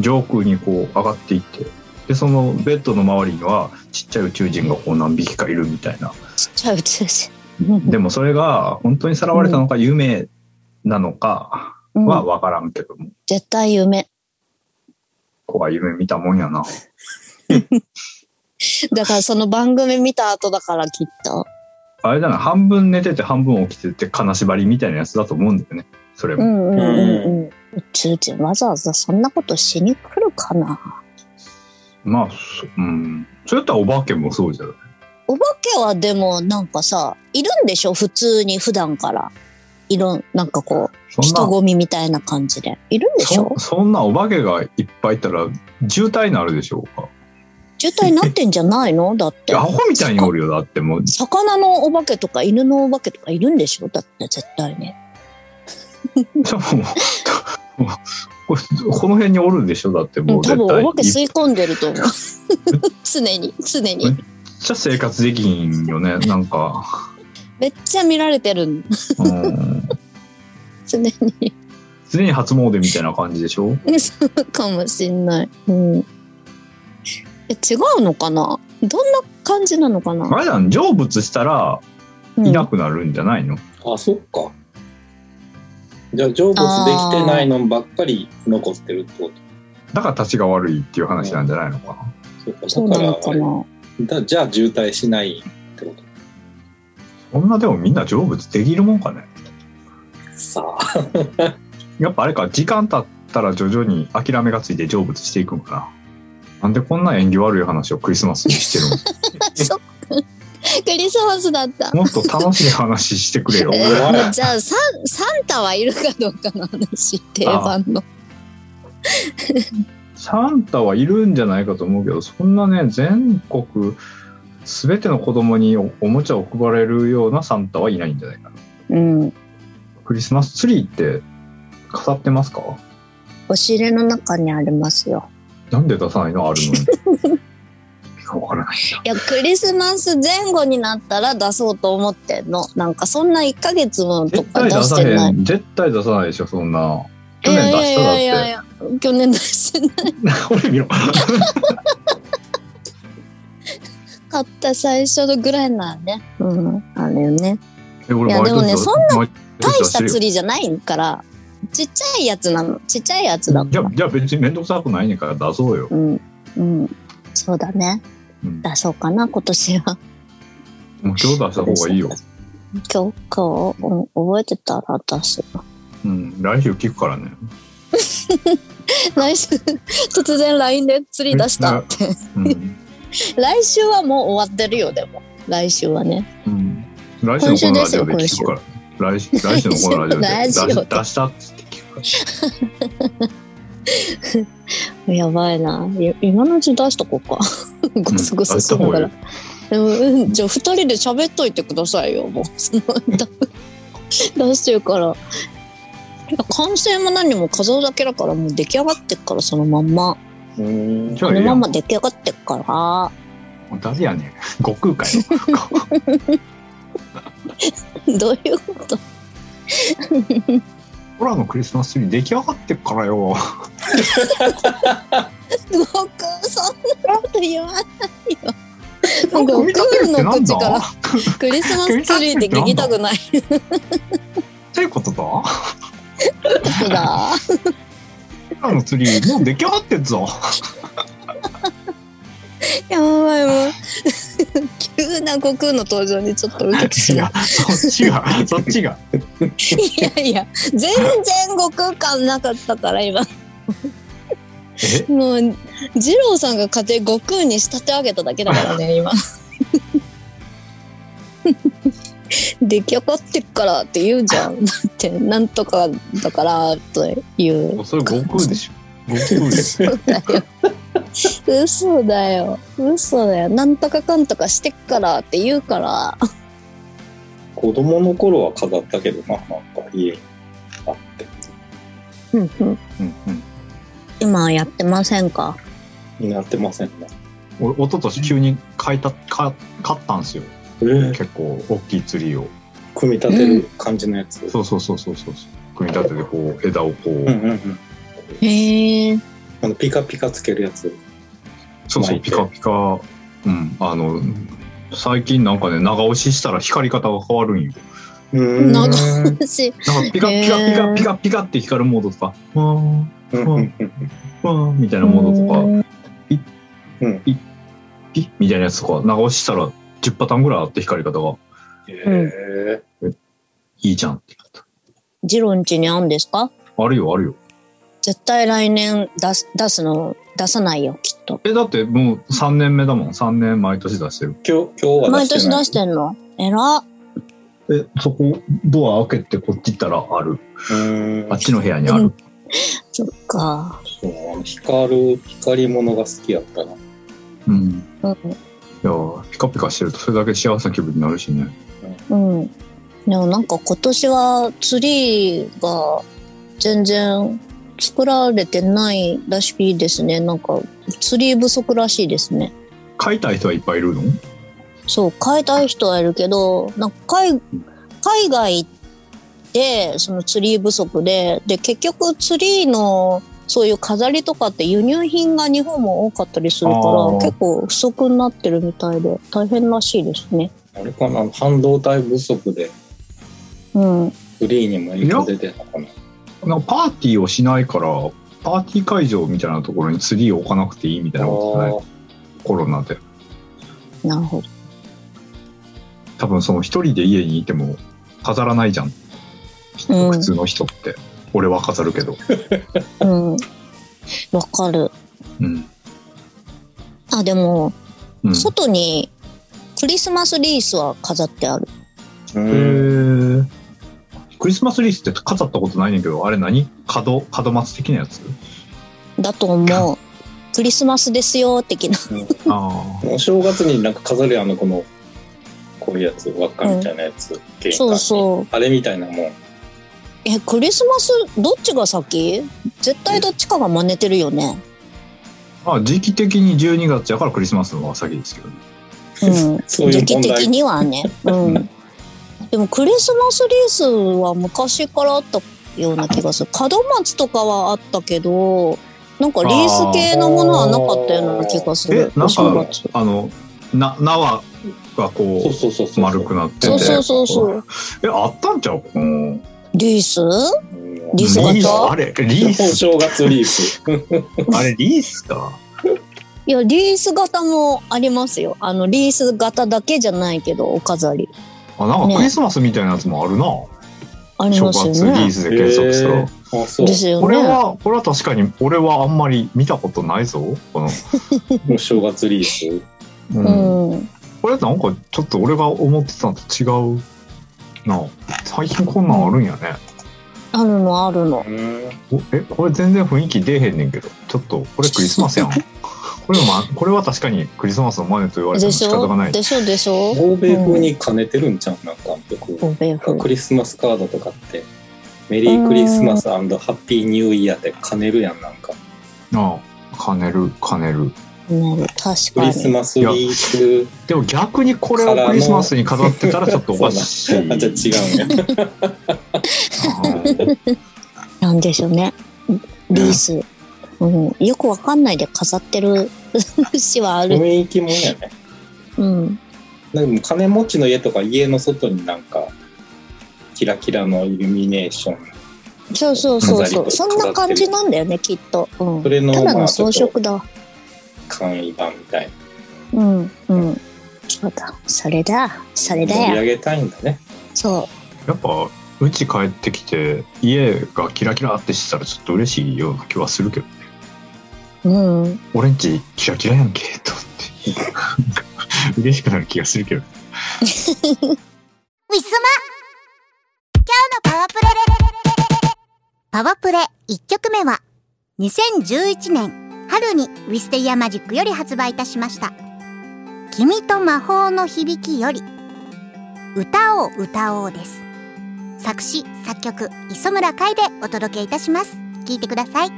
[SPEAKER 2] 上空にこう上がっていってでそのベッドの周りにはちっちゃい宇宙人がこう何匹かいるみたいな
[SPEAKER 1] ちっちゃい宇宙人
[SPEAKER 2] でもそれが本当にさらわれたのか夢なのか
[SPEAKER 1] うん
[SPEAKER 2] は分からんけども
[SPEAKER 1] 絶対夢
[SPEAKER 2] 怖い夢見たもんやな
[SPEAKER 1] だからその番組見た後だからきっと
[SPEAKER 2] あれだな半分寝てて半分起きてて金縛りみたいなやつだと思うんだよねそれ
[SPEAKER 1] う
[SPEAKER 2] も
[SPEAKER 1] んうんうんうん宇宙人わざわざそんなことしに来るかな
[SPEAKER 2] まあそうんそれやったらお化けもそうじゃない
[SPEAKER 1] お化けはでもなんかさいるんでしょ普通に普段からいろん、なんかこう、
[SPEAKER 2] そん
[SPEAKER 1] 人
[SPEAKER 2] な
[SPEAKER 1] 混みみたいな感じで。いるんでしょ
[SPEAKER 2] そそんなお化けがいっぱいいたら渋滞になるでしょうか
[SPEAKER 1] 渋滞になってんじゃない
[SPEAKER 2] [laughs]
[SPEAKER 1] のだっ
[SPEAKER 2] い
[SPEAKER 1] て
[SPEAKER 2] や。アホみたいにおるよだってもう
[SPEAKER 1] 魚のお化けとか犬のお化けとかいるんでしょだって絶対ね。
[SPEAKER 2] 多分もうもうこの辺におるでしょだって
[SPEAKER 1] う
[SPEAKER 2] も
[SPEAKER 1] ん、
[SPEAKER 2] う
[SPEAKER 1] 多
[SPEAKER 2] 絶
[SPEAKER 1] 分
[SPEAKER 2] 対
[SPEAKER 1] お化け吸い込んでると思う。 [laughs] 常に、常に。
[SPEAKER 2] めっちゃ生活できひんよねな
[SPEAKER 1] [laughs]
[SPEAKER 2] んか
[SPEAKER 1] めっちゃ見られてるん
[SPEAKER 2] うん
[SPEAKER 1] [laughs] 常に。
[SPEAKER 2] 常に初詣みたいな感じでしょ
[SPEAKER 1] そうかもしんない。うん。え違うのかなどんな感じなのか
[SPEAKER 2] あ
[SPEAKER 1] な、
[SPEAKER 2] れだね成仏したら
[SPEAKER 1] うん
[SPEAKER 2] いなくなるんじゃないの、
[SPEAKER 3] あそっかじゃあ成仏できてないのばっかり残ってるってこ
[SPEAKER 2] だから立ちが悪いっていう話なんじゃないのかな、
[SPEAKER 3] と
[SPEAKER 1] そ
[SPEAKER 3] そううか
[SPEAKER 1] なの
[SPEAKER 3] だか
[SPEAKER 1] からな
[SPEAKER 3] だじゃあ渋滞しないってこと
[SPEAKER 2] そんなでもみんな成仏できるもんかね
[SPEAKER 3] さあ
[SPEAKER 2] やっぱあれか時間経ったら徐々に諦めがついて成仏していくんかななんでこんな縁起悪い話をクリスマスにしてるの
[SPEAKER 1] そっか。クリスマスだった。
[SPEAKER 2] もっと楽しい話してくれよ
[SPEAKER 1] [laughs] え
[SPEAKER 3] 終わら
[SPEAKER 1] ーじゃあサンサンタはいるかどうかの話定番の
[SPEAKER 2] サンタはいるんじゃないかと思うけどそんなね全国全ての子供におおもちゃを配れるようなサンタはいないんじゃないかな
[SPEAKER 1] うん
[SPEAKER 2] クリスマスツリーって飾ってますか
[SPEAKER 1] 押し入れの中にありますよ
[SPEAKER 2] なんで出さないの
[SPEAKER 1] [laughs]
[SPEAKER 2] あるのにわからない
[SPEAKER 1] いやクリスマス前後になったら出そうと思ってんのなんかそんな1ヶ月分と
[SPEAKER 2] 絶
[SPEAKER 1] か
[SPEAKER 2] 対
[SPEAKER 1] 出
[SPEAKER 2] 出
[SPEAKER 1] し
[SPEAKER 2] さ
[SPEAKER 1] て
[SPEAKER 2] へ
[SPEAKER 1] ない
[SPEAKER 2] ん絶対出さないでしょそんない去年出
[SPEAKER 1] やい
[SPEAKER 2] しただ
[SPEAKER 1] や
[SPEAKER 2] っ
[SPEAKER 1] い
[SPEAKER 2] て
[SPEAKER 1] やいや去年出してない
[SPEAKER 2] [laughs] これ見ろ
[SPEAKER 1] 買った最初のぐらいなんねうんあれよね
[SPEAKER 2] え俺
[SPEAKER 1] いやでもね
[SPEAKER 2] 毎年
[SPEAKER 1] そ
[SPEAKER 2] 毎
[SPEAKER 1] 大
[SPEAKER 2] 年出
[SPEAKER 1] した
[SPEAKER 2] てるよ
[SPEAKER 1] 釣りじゃないからちっちゃいやつなのちっちゃいやつだか
[SPEAKER 2] じゃ
[SPEAKER 1] ら
[SPEAKER 2] あじゃあ別に面倒くさくないねんから出そうよ、
[SPEAKER 1] うんうんそうだね
[SPEAKER 2] うん、
[SPEAKER 1] 出そうかな今年は
[SPEAKER 2] もう今日出した方がいいよ、
[SPEAKER 1] 今日今日、うん、覚えてたら出す
[SPEAKER 2] うん、来週聞くからね、
[SPEAKER 1] 来週、突然 LINE で釣り出したって。
[SPEAKER 2] うん
[SPEAKER 1] 来週はもう終わってるよ、でも。来週はね。
[SPEAKER 2] うん、来週のこのラジオで
[SPEAKER 1] 今週です
[SPEAKER 2] 聞
[SPEAKER 1] よ
[SPEAKER 2] くから来週来週のこのラジオ
[SPEAKER 1] ラジオで
[SPEAKER 2] で出し出したっつって聞くから
[SPEAKER 1] やばいな。い今のうち出しとこうか。ごそごそしながら
[SPEAKER 2] 出。
[SPEAKER 1] でもうん、じゃあ二人で喋っといてくださいよ、もう。 [laughs] その間出してるから。完成も何も画像だけだから、もう出来上がってっから、そのまんま。
[SPEAKER 3] うーん
[SPEAKER 2] じゃ
[SPEAKER 1] そ
[SPEAKER 2] あえ
[SPEAKER 1] の
[SPEAKER 2] えや
[SPEAKER 1] ま
[SPEAKER 2] ん
[SPEAKER 1] んま出来上がってっから。
[SPEAKER 2] もう誰やねん悟空かよ
[SPEAKER 1] [laughs] どういうこと
[SPEAKER 2] ほらのクリスマスツリー出来上がってっからよ
[SPEAKER 1] 悟空、そんなこと言わないよ。
[SPEAKER 2] 組み
[SPEAKER 1] 悟
[SPEAKER 2] 立てるって
[SPEAKER 1] 空の
[SPEAKER 2] なん
[SPEAKER 1] 口から
[SPEAKER 2] だ
[SPEAKER 1] クリスマスツリーで聞きたくない
[SPEAKER 2] ということだ
[SPEAKER 1] 人だ。
[SPEAKER 2] ほらのツリーもう出来上がってっぞ
[SPEAKER 1] やばいもう。急な悟空の登場にちょっと受けてし
[SPEAKER 2] い
[SPEAKER 1] ま
[SPEAKER 2] や
[SPEAKER 1] う。
[SPEAKER 2] そっちがそっちが
[SPEAKER 1] いやいや、全然悟空感なかったから今。 [laughs]
[SPEAKER 2] え
[SPEAKER 1] もう、二郎さんが勝手に悟空に仕立て上げただけだからね、 [laughs] 今。出来上がってっからって言うじゃん。だって、なんとかだから、という。
[SPEAKER 2] それ悟空でしょ悟空です
[SPEAKER 1] 嘘だよ。嘘だよ。嘘だよ。なんとかかんとかしてっからって言うから。
[SPEAKER 3] 子供の頃は飾ったけどななんか家にあって
[SPEAKER 2] うんうん
[SPEAKER 1] 今はやってませんか
[SPEAKER 3] になってませんね
[SPEAKER 2] 俺一昨年急に買いたか買ったんですよ
[SPEAKER 3] えー
[SPEAKER 2] 結構大きいツリーを
[SPEAKER 3] 組み立てる感じのやつ、うん、
[SPEAKER 2] そうそうそうそうそうそう組み立ててこう枝をこう、
[SPEAKER 3] うんうんうん
[SPEAKER 1] へえ。
[SPEAKER 3] あのピカピカつけるやつ
[SPEAKER 2] そうそ
[SPEAKER 3] 巻
[SPEAKER 2] う
[SPEAKER 3] いて
[SPEAKER 2] ピカピカうんあの最近なんかね長押ししたら光り方が変わるんよ
[SPEAKER 3] うーん
[SPEAKER 1] 長私、
[SPEAKER 2] なんかピカピカピカピカピカって光るモードとかわー
[SPEAKER 3] うんうんうん
[SPEAKER 2] わーみたいなモードとか
[SPEAKER 3] うん
[SPEAKER 2] ピッみたいなやつとか長押ししたら10パターンぐらいあって光り方が
[SPEAKER 3] へ
[SPEAKER 2] いいじゃんって
[SPEAKER 1] ジロン家にあんですか
[SPEAKER 2] あるよあるよ
[SPEAKER 1] 絶対来年出す、出すの、出さないよ、きっと。
[SPEAKER 2] えだってもう3年目だもん3年毎年出してる
[SPEAKER 3] ー今日今日は
[SPEAKER 1] 毎
[SPEAKER 3] 出
[SPEAKER 1] 年
[SPEAKER 3] してない
[SPEAKER 1] 出してんのえら。
[SPEAKER 2] え、そこ、ドア開けてこっち行ったらある。あっちの部屋にあ
[SPEAKER 1] う
[SPEAKER 2] る
[SPEAKER 1] ん。そっか。
[SPEAKER 3] そうあの光る光り物が好きやったな、
[SPEAKER 2] うん。
[SPEAKER 1] うん
[SPEAKER 2] いやーピカピカしてるとそれだけ幸せな気分になるしね。
[SPEAKER 1] うん。でもなんか今年はツリーが全然作られてないらしいですね。なんかツリー不足らしいですね。
[SPEAKER 2] 買いたい人はいっぱいいるの
[SPEAKER 1] そう、買いたい人はいるけど、なんか海海外でそのツリー不足で、で結局ツリーのそういう飾りとかって輸入品が日本も多かったりするから
[SPEAKER 2] あー
[SPEAKER 1] 結構不足になってるみたいで大変らしいですね。
[SPEAKER 3] あれかなあの半導体不足で
[SPEAKER 1] うん。
[SPEAKER 3] フリーにも影響出てるのかな
[SPEAKER 2] なんかパーティーをしないから、パーティー会場みたいなところにツリーを置かなくていいみたいなことない
[SPEAKER 3] あー
[SPEAKER 2] コロナで。
[SPEAKER 1] なるほど。
[SPEAKER 2] 多分その一人で家にいても飾らないじゃん。
[SPEAKER 1] うん
[SPEAKER 2] 普通の人って。俺は飾るけど。
[SPEAKER 1] うん。わかる。
[SPEAKER 2] うん。
[SPEAKER 1] あ、でも、
[SPEAKER 2] うん、
[SPEAKER 1] 外にクリスマスリースは飾ってある。
[SPEAKER 3] うん
[SPEAKER 2] へえ。クリスマスリースって飾ったことないねんけど、あれ何角、角松的なやつ
[SPEAKER 1] だと思う。クリスマスですよ、的な。
[SPEAKER 2] あ
[SPEAKER 3] お正月になんか飾るやんあのこのこういうやつ輪っかみたいなやつ、玄関に
[SPEAKER 1] そうそう。
[SPEAKER 3] あれみたいなもん
[SPEAKER 1] え、クリスマス、どっちが先絶対どっちかが真似てるよね。
[SPEAKER 2] あ。まあ時期的に12月やからクリスマスの方が先ですけどね。
[SPEAKER 1] うん。
[SPEAKER 3] [laughs] そういう
[SPEAKER 1] 時期
[SPEAKER 3] 問題
[SPEAKER 1] 的にはね。うん。でもクリスマスリースは昔からあったような気がする。門松とかはあったけど、なんかリース系のものはなかったような気がす
[SPEAKER 2] え
[SPEAKER 1] る。、
[SPEAKER 2] な
[SPEAKER 1] お
[SPEAKER 2] ん
[SPEAKER 1] 正
[SPEAKER 2] か
[SPEAKER 1] 月、
[SPEAKER 2] あの、な、縄が
[SPEAKER 3] そう
[SPEAKER 2] こ
[SPEAKER 3] そうそうそう
[SPEAKER 2] う、丸くなってて。
[SPEAKER 1] そうそうそうそう。
[SPEAKER 2] え、あったんちゃうかな
[SPEAKER 1] リース
[SPEAKER 3] うん
[SPEAKER 1] リース
[SPEAKER 2] リ
[SPEAKER 1] 型
[SPEAKER 2] ースあれ、リー
[SPEAKER 3] お
[SPEAKER 2] ス、
[SPEAKER 3] 正月リース
[SPEAKER 2] あれ、リースか。
[SPEAKER 1] いや、リース型もありますよ。あの、リース型だけじゃないけど、お飾り。
[SPEAKER 2] あ、なん
[SPEAKER 1] ね
[SPEAKER 2] かクリスマスみたいなやつもあるな。
[SPEAKER 1] あり
[SPEAKER 2] 正
[SPEAKER 1] ますよ
[SPEAKER 2] 月リー
[SPEAKER 1] ね。
[SPEAKER 2] スで検索した
[SPEAKER 3] へ
[SPEAKER 2] ら。
[SPEAKER 3] ーあそう
[SPEAKER 1] ですよね。
[SPEAKER 2] これは、これは確かに、俺はあんまり見たことないぞ。この、
[SPEAKER 3] お正月リース
[SPEAKER 2] うん。
[SPEAKER 1] うん。
[SPEAKER 2] これなんか、ちょっと俺が思ってたのと違うな。最近こんなんあるんやね。
[SPEAKER 1] あるのあるの。
[SPEAKER 3] うん
[SPEAKER 2] おえ、これ全然雰囲気出えへんねんけど。ちょっと、これクリスマス
[SPEAKER 3] [laughs]
[SPEAKER 2] やん。これは、ま、これは確かにクリスマスのマネと言われて
[SPEAKER 1] で
[SPEAKER 2] も
[SPEAKER 1] し
[SPEAKER 2] 仕方がな
[SPEAKER 1] ょ
[SPEAKER 2] い。
[SPEAKER 1] でしょでしょ
[SPEAKER 3] 欧米風に兼ねてるんじゃんなんか僕
[SPEAKER 1] 欧米風。
[SPEAKER 3] クリスマスカードとかってメリークリスマスハッピーニューイヤーって兼ねるやんなんか
[SPEAKER 2] ああ、兼ねる、兼ねる。
[SPEAKER 1] なる確
[SPEAKER 3] ク
[SPEAKER 1] か
[SPEAKER 3] リ
[SPEAKER 1] に。
[SPEAKER 3] スマスリース
[SPEAKER 2] でも逆にこれをクリスマスに飾ってたらちょっとおかしい。
[SPEAKER 3] [laughs] あじゃあ違うん
[SPEAKER 2] [laughs]
[SPEAKER 3] や
[SPEAKER 2] うん
[SPEAKER 1] なんでしょうね。リース。うん。よくわかんないで飾ってる [laughs] 節はある。
[SPEAKER 3] [laughs] 雰囲気もんやね
[SPEAKER 1] うん。
[SPEAKER 3] でも金持ちの家とか家の外になんかキラキラのイルミネーション
[SPEAKER 1] そうそうそう
[SPEAKER 3] 飾り
[SPEAKER 1] そ
[SPEAKER 3] と
[SPEAKER 1] う。そんな感じなんだよね、きっと。うん
[SPEAKER 3] そ。れの
[SPEAKER 1] ただ
[SPEAKER 3] ま
[SPEAKER 1] の
[SPEAKER 3] あちょ
[SPEAKER 1] 装
[SPEAKER 3] っと
[SPEAKER 1] 飾だわ。
[SPEAKER 3] 簡易版みたいな
[SPEAKER 1] うん。うん。そうだ。それだ。それだ
[SPEAKER 3] 盛り
[SPEAKER 1] よ。
[SPEAKER 3] 上げたいんだね
[SPEAKER 1] そう。
[SPEAKER 2] やっぱうち帰ってきて家がキラキラってしたらちょっと嬉しいような気はするけど
[SPEAKER 1] うん、
[SPEAKER 2] 俺んちキラキラやんけと思って [laughs] 嬉しくなる気がするけど
[SPEAKER 4] ウィスマ今日のパワプレパワプレ1曲目は2011年春にウィステリアマジックより発売いたしました「君と魔法の響き」より「歌を歌おう」です作詞作曲磯村海でお届けいたします聞いてください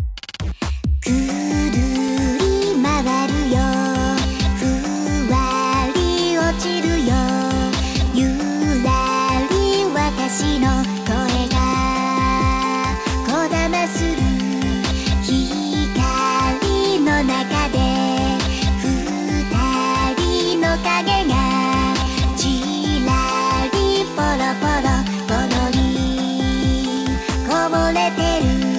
[SPEAKER 4] くるり回るよふわり落ちるよゆらり私の声がこだまする光の中で二人の影がじらりポロポロポロりこぼれてる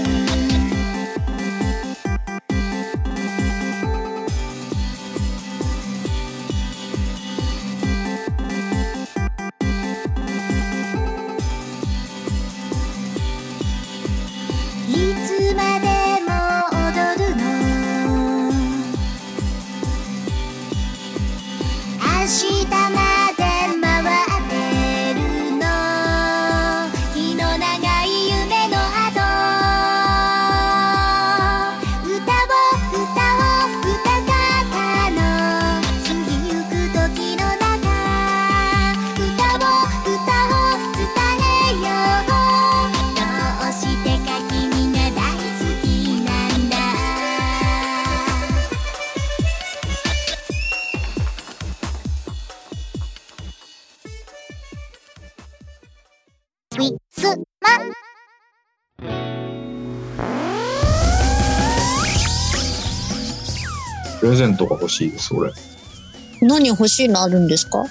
[SPEAKER 2] プレゼントが欲しいです、俺。
[SPEAKER 1] 何欲しいのあるんですか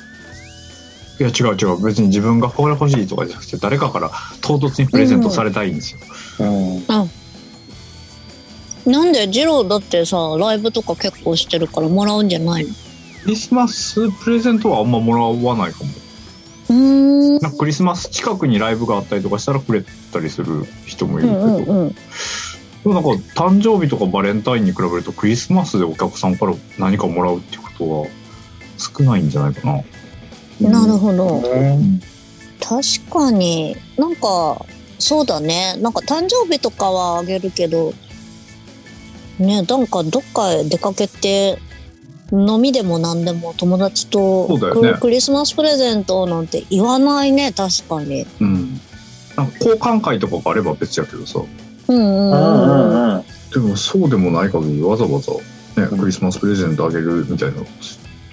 [SPEAKER 2] いや、違う違う。別に自分がこれ欲しいとかじゃなくて、誰かから唐突にプレゼントされたいんですよ。
[SPEAKER 3] うん
[SPEAKER 1] なんでジローだってさライブとか結構してるからもらうんじゃないの
[SPEAKER 2] クリスマスプレゼントはあんまもらわないかも。
[SPEAKER 1] うーん
[SPEAKER 2] なんかクリスマス近くにライブがあったりとかしたらくれたりする人もいる
[SPEAKER 1] う
[SPEAKER 2] けど、
[SPEAKER 1] んうんうん
[SPEAKER 2] でもなんか誕生日とかバレンタインに比べるとクリスマスでお客さんから何かもらうっていうことは少ないんじゃないかな。
[SPEAKER 1] なるほど
[SPEAKER 3] うん
[SPEAKER 1] 確かになんかそうだねなんか誕生日とかはあげるけどねなんかどっかへ出かけて飲みでも何でも友達と
[SPEAKER 2] そうだよね
[SPEAKER 1] クリスマスプレゼントなんて言わないね確かに
[SPEAKER 2] うん。なんか交換会とかがあれば別やけどさ。
[SPEAKER 1] うんうんうんうん
[SPEAKER 3] うん
[SPEAKER 2] でもそうでもない限りわざわざ、ね、
[SPEAKER 3] うん
[SPEAKER 2] クリスマスプレゼントあげるみたいな、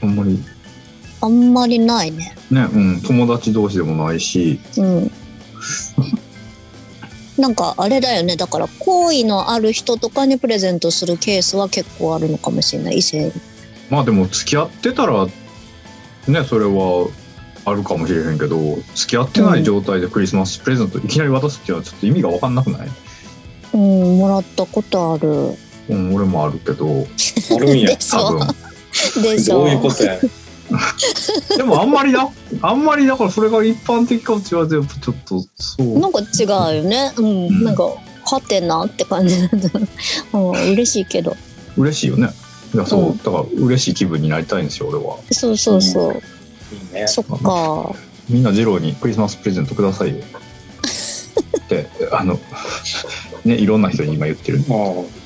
[SPEAKER 2] あんまり
[SPEAKER 1] あんまりないね
[SPEAKER 2] ね、うん、友達同士でもないし、
[SPEAKER 1] うん [laughs] なんかあれだよねだから好意のある人とかにプレゼントするケースは結構あるのかもしれない異性に
[SPEAKER 2] まあでも付き合ってたら、ね、それはあるかもしれへんけど、付き合ってない状態でクリスマスプレゼントいきなり渡すっていうのはちょっと意味がわかんなくない
[SPEAKER 1] うんもらったことある
[SPEAKER 2] うん、俺もあるけど、
[SPEAKER 3] あるんや
[SPEAKER 1] で。し
[SPEAKER 2] 多
[SPEAKER 1] ょ
[SPEAKER 2] 分。
[SPEAKER 1] でしょ
[SPEAKER 3] どういうことや。
[SPEAKER 2] でもあんまりな、あんまりだからそれが一般的かもしれないけどちょっとそう。
[SPEAKER 1] なんか違うよねうん、
[SPEAKER 2] うん
[SPEAKER 1] なんかはてなって感じだった、うん、嬉しいけど
[SPEAKER 2] 嬉しいよね。いやそう、
[SPEAKER 1] うん
[SPEAKER 2] だから嬉しい気分になりたいんですよ、俺は。
[SPEAKER 1] そうそうそう、
[SPEAKER 3] いいね。
[SPEAKER 1] そっか
[SPEAKER 2] みんなジローにクリスマスプレゼントくださいよ。って、あの、 [laughs] ね、いろんな人に今言ってる。
[SPEAKER 3] う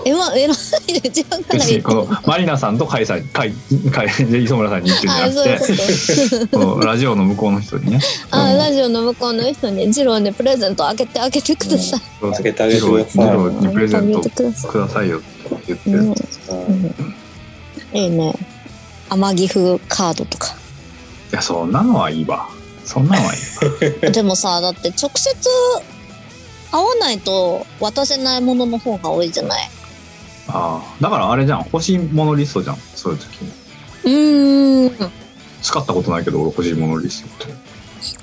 [SPEAKER 1] えわえらいで [laughs] 自分から
[SPEAKER 2] 別
[SPEAKER 1] 言
[SPEAKER 2] に
[SPEAKER 1] っ
[SPEAKER 2] このマリナさんとカイさん、カイ、カイ、磯村さんに言ってるんじゃ
[SPEAKER 1] あそういう
[SPEAKER 2] な
[SPEAKER 1] こ
[SPEAKER 2] くて、
[SPEAKER 1] と
[SPEAKER 2] このラジオの向こうの人にね、
[SPEAKER 1] あラジオの向こうの人に「ジローにプレゼントあげてあげてください
[SPEAKER 2] ジロ
[SPEAKER 3] あげてあげてくだ
[SPEAKER 2] ージ
[SPEAKER 3] さい
[SPEAKER 2] ローにプレゼン
[SPEAKER 1] あ
[SPEAKER 2] ト
[SPEAKER 1] げてくださ
[SPEAKER 2] くださいよって言って
[SPEAKER 1] い、
[SPEAKER 2] る
[SPEAKER 1] ね。
[SPEAKER 3] ん
[SPEAKER 1] いいね天城風カードと
[SPEAKER 2] [laughs]
[SPEAKER 1] か
[SPEAKER 2] いや、そんなのはいいわ。そんなのはいいわ。
[SPEAKER 1] でもさだって直接会わないと渡せないものの方が多いじゃない
[SPEAKER 2] ああ、だからあれじゃん、欲しいものリストじゃん、そういう時に。
[SPEAKER 1] うーん
[SPEAKER 2] 使ったことないけど、俺欲しいものリストって。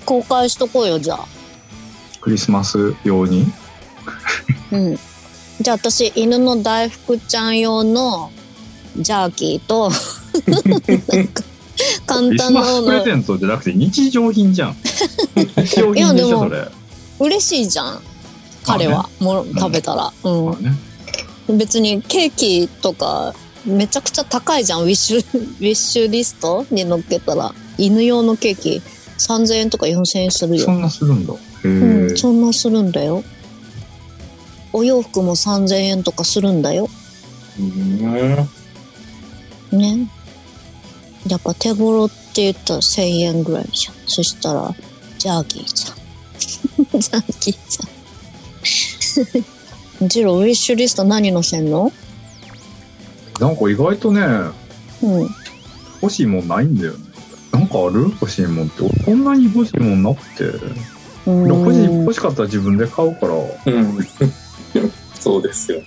[SPEAKER 1] 公開しとこうよじゃあ
[SPEAKER 2] クリスマス用に。
[SPEAKER 1] うんじゃあ私犬の大福ちゃん用のジャーキー
[SPEAKER 2] [laughs]
[SPEAKER 1] となんか
[SPEAKER 2] ク
[SPEAKER 1] 簡
[SPEAKER 2] リス
[SPEAKER 1] 単
[SPEAKER 2] マ
[SPEAKER 1] な
[SPEAKER 2] ス
[SPEAKER 1] も
[SPEAKER 2] プレ
[SPEAKER 1] の
[SPEAKER 2] ゼントじゃなくて日常
[SPEAKER 1] [laughs]
[SPEAKER 2] 品じゃん。日常品でしょ、そ
[SPEAKER 1] い
[SPEAKER 2] れ。
[SPEAKER 1] 嬉しいじゃん彼は、もう食べたら、
[SPEAKER 2] まあね
[SPEAKER 1] うん、別にケーキとかめちゃくちゃ高いじゃんウィッシュ [laughs] ウィッシュリストに乗っけたら犬用のケーキ3000円とか4000円するよ
[SPEAKER 2] そんなするんだ。へ
[SPEAKER 1] うん、
[SPEAKER 2] え。
[SPEAKER 1] そんなするんだよ。お洋服も3000円とかするんだよ。
[SPEAKER 3] うん
[SPEAKER 1] ね。やっぱ手頃って言ったら1000円ぐらいじゃん。そしたら、ジャーキーじゃ [laughs] ん。ジャーキーじゃん。ジ [laughs] ロー、ウィッシュリスト何載せんの
[SPEAKER 2] なんか意外とね、
[SPEAKER 1] うん。
[SPEAKER 2] 欲しいもんないんだよね。なんかある欲しいもんって。こんなに欲しいもんなくて。欲しい、
[SPEAKER 1] うん
[SPEAKER 2] 欲しかったら自分で買うから。
[SPEAKER 3] うん。そうですよ。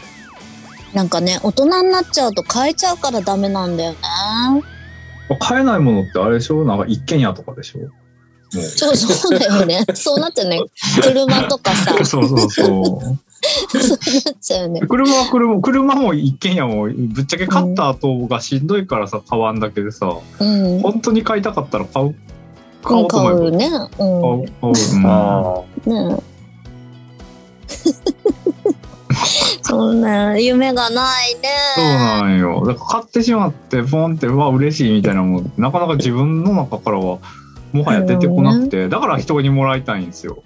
[SPEAKER 1] なんかね、大人になっちゃうと買えちゃうからダメなんだよね。
[SPEAKER 2] 買えないものってあれでしょなんか一軒家とかでしょもう。
[SPEAKER 1] そう、そうだよ
[SPEAKER 2] [laughs]
[SPEAKER 1] ね。そうなっちゃうね。車とかさ、
[SPEAKER 2] そうそうそう。
[SPEAKER 1] なっちゃうね。
[SPEAKER 2] 車は車、車も一軒家もぶっちゃけ買った後がしんどいからさ、買わんだけでさ、
[SPEAKER 1] うん。
[SPEAKER 2] 本当に買いたかったら買う。買
[SPEAKER 1] う
[SPEAKER 2] お
[SPEAKER 1] ん
[SPEAKER 2] うと
[SPEAKER 1] 買
[SPEAKER 2] 思
[SPEAKER 1] う
[SPEAKER 2] えば
[SPEAKER 1] ね。うん。
[SPEAKER 2] ああ、
[SPEAKER 3] あ
[SPEAKER 1] ね
[SPEAKER 2] [laughs]
[SPEAKER 1] えそんな夢がないね
[SPEAKER 2] そうなんよ。だから買ってしまって、ポンって、うわ、嬉しいみたいなもん、なかなか自分の中からは、もはや出てこなくて、だから人にもらいたいんですよ。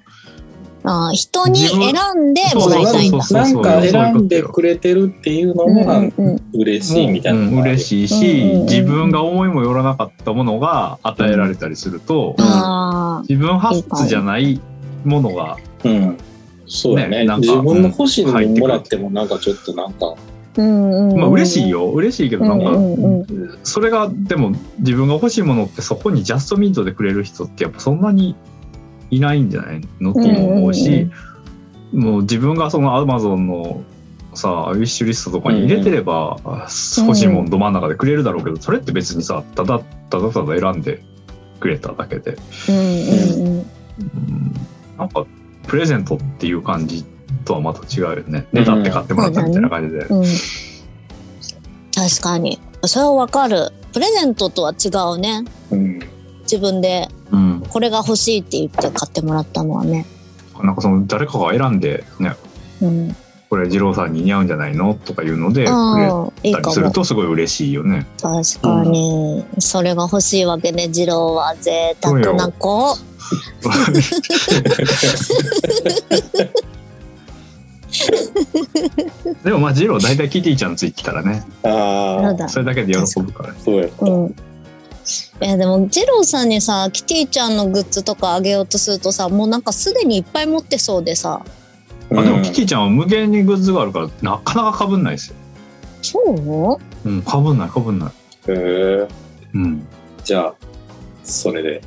[SPEAKER 1] ああ人に選んで
[SPEAKER 2] そう
[SPEAKER 1] もらいたいん
[SPEAKER 2] そう
[SPEAKER 1] だ
[SPEAKER 2] そうそう
[SPEAKER 3] なんか選んでくれてるっていうの
[SPEAKER 1] うん
[SPEAKER 3] もなんか
[SPEAKER 1] うん
[SPEAKER 3] 嬉しいみたいな
[SPEAKER 2] う
[SPEAKER 3] の
[SPEAKER 2] ん
[SPEAKER 3] がある。
[SPEAKER 2] 嬉しいし、
[SPEAKER 1] うんうんうん
[SPEAKER 2] 自分が思いもよらなかったものが与えられたりすると、
[SPEAKER 1] あ
[SPEAKER 2] 自分発じゃないものが、
[SPEAKER 3] うん。そうや
[SPEAKER 2] ね
[SPEAKER 3] ね。
[SPEAKER 2] なんか
[SPEAKER 3] 自分の欲しいのもらってもなんかちょっとなんか、
[SPEAKER 1] あうんうん
[SPEAKER 2] まあ嬉しいよ嬉しいけどなんか、
[SPEAKER 1] うんうん
[SPEAKER 2] それがでも自分が欲しいものってそこにジャストミートでくれる人ってやっぱそんなにいないんじゃないのとも思うし、もう自分がそのアマゾンのさウィッシュリストとかに入れてれば、欲しいもんど真ん中でくれるだろうけど、それって別にさただただただ選んでくれただけで、
[SPEAKER 1] うんうんうん。
[SPEAKER 2] うん、なんかプレゼントっていう感じとはまた違うよねねだって買ってもらったみたいな感じで、
[SPEAKER 1] うん、確かにそれはわかるプレゼントとは違うね
[SPEAKER 3] うん
[SPEAKER 1] 自分で
[SPEAKER 2] うん、
[SPEAKER 1] これが欲しいって言って買ってもらったのはね、
[SPEAKER 2] なんかその誰かが選んで、ね、
[SPEAKER 1] うん、
[SPEAKER 2] これ二郎さんに似合うんじゃないのとかいうのでくれ
[SPEAKER 1] ああいい
[SPEAKER 2] たり
[SPEAKER 1] か
[SPEAKER 2] す
[SPEAKER 1] も
[SPEAKER 2] るとすごい嬉しいよ
[SPEAKER 1] [laughs]
[SPEAKER 2] ね。
[SPEAKER 1] 確かに、それが欲しいわけね次郎は贅沢な子
[SPEAKER 2] でもまあ二郎大体キティちゃんついてたらね
[SPEAKER 3] あ
[SPEAKER 1] な
[SPEAKER 3] あ
[SPEAKER 1] んだ
[SPEAKER 2] それだけで喜ぶから、ね、
[SPEAKER 3] そうや
[SPEAKER 1] うんいやでも次郎さんにさキティちゃんのグッズとかあげようとするとさもうなんかすでにいっぱい持ってそうでさ
[SPEAKER 2] あでもキティちゃんは無限にグッズがあるからなかなか被んないですよ。
[SPEAKER 1] そう
[SPEAKER 2] うん、被んない被んない。
[SPEAKER 3] へえ
[SPEAKER 2] うん、
[SPEAKER 3] じゃあそれで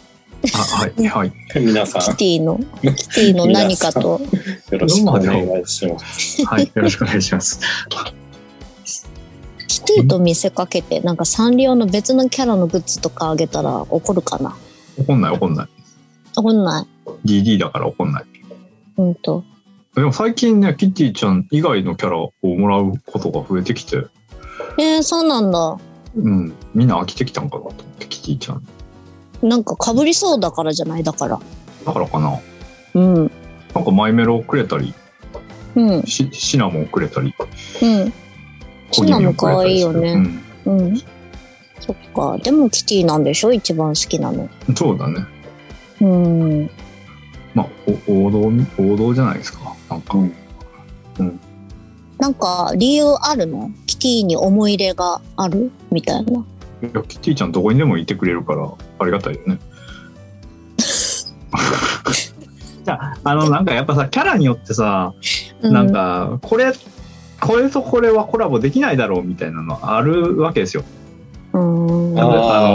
[SPEAKER 3] [laughs]
[SPEAKER 2] あはいはい。
[SPEAKER 3] 皆さ
[SPEAKER 1] キティ
[SPEAKER 3] ん
[SPEAKER 1] のキティの何かと
[SPEAKER 3] よろしくお願いします
[SPEAKER 2] はい、よろしくお願いします。
[SPEAKER 1] キティと見せかけてなんかサンリオの別のキャラのグッズとかあげたら怒るかな
[SPEAKER 2] 怒んない怒んない。
[SPEAKER 1] 怒んない
[SPEAKER 2] DD だから怒んない。
[SPEAKER 1] うんと
[SPEAKER 2] でも最近ね、キティちゃん以外のキャラをもらうことが増えてきて、
[SPEAKER 1] えー、そうなんだ
[SPEAKER 2] うん、みんな飽きてきたんかなと思って、キティちゃん。
[SPEAKER 1] なんかかぶりそうだからじゃないだから
[SPEAKER 2] だからかな。
[SPEAKER 1] うん
[SPEAKER 2] なんかマイメロをくれたり、
[SPEAKER 1] うん
[SPEAKER 2] シシナモンをくれたり、
[SPEAKER 1] うんシナモン可愛いよね
[SPEAKER 2] 小気味をくれたりする
[SPEAKER 1] うんそっかでもキティなんでしょ一番好きなの
[SPEAKER 2] うんそうだね。
[SPEAKER 1] うん
[SPEAKER 2] まあ、お王道に、王道じゃないですか。なんか、
[SPEAKER 3] うん
[SPEAKER 1] なんか理由あるのキティに思い入れがあるみたいない
[SPEAKER 2] やキティちゃんどこにでもいてくれるから、ありがたいよ
[SPEAKER 1] [laughs]
[SPEAKER 2] ね。じゃあ、あの、なんかやっぱさ、キャラによってさ、なんか、これ、これとこれはコラボできないだろうみたいなのあるわけですよ。
[SPEAKER 1] うんうん
[SPEAKER 2] あ
[SPEAKER 3] あ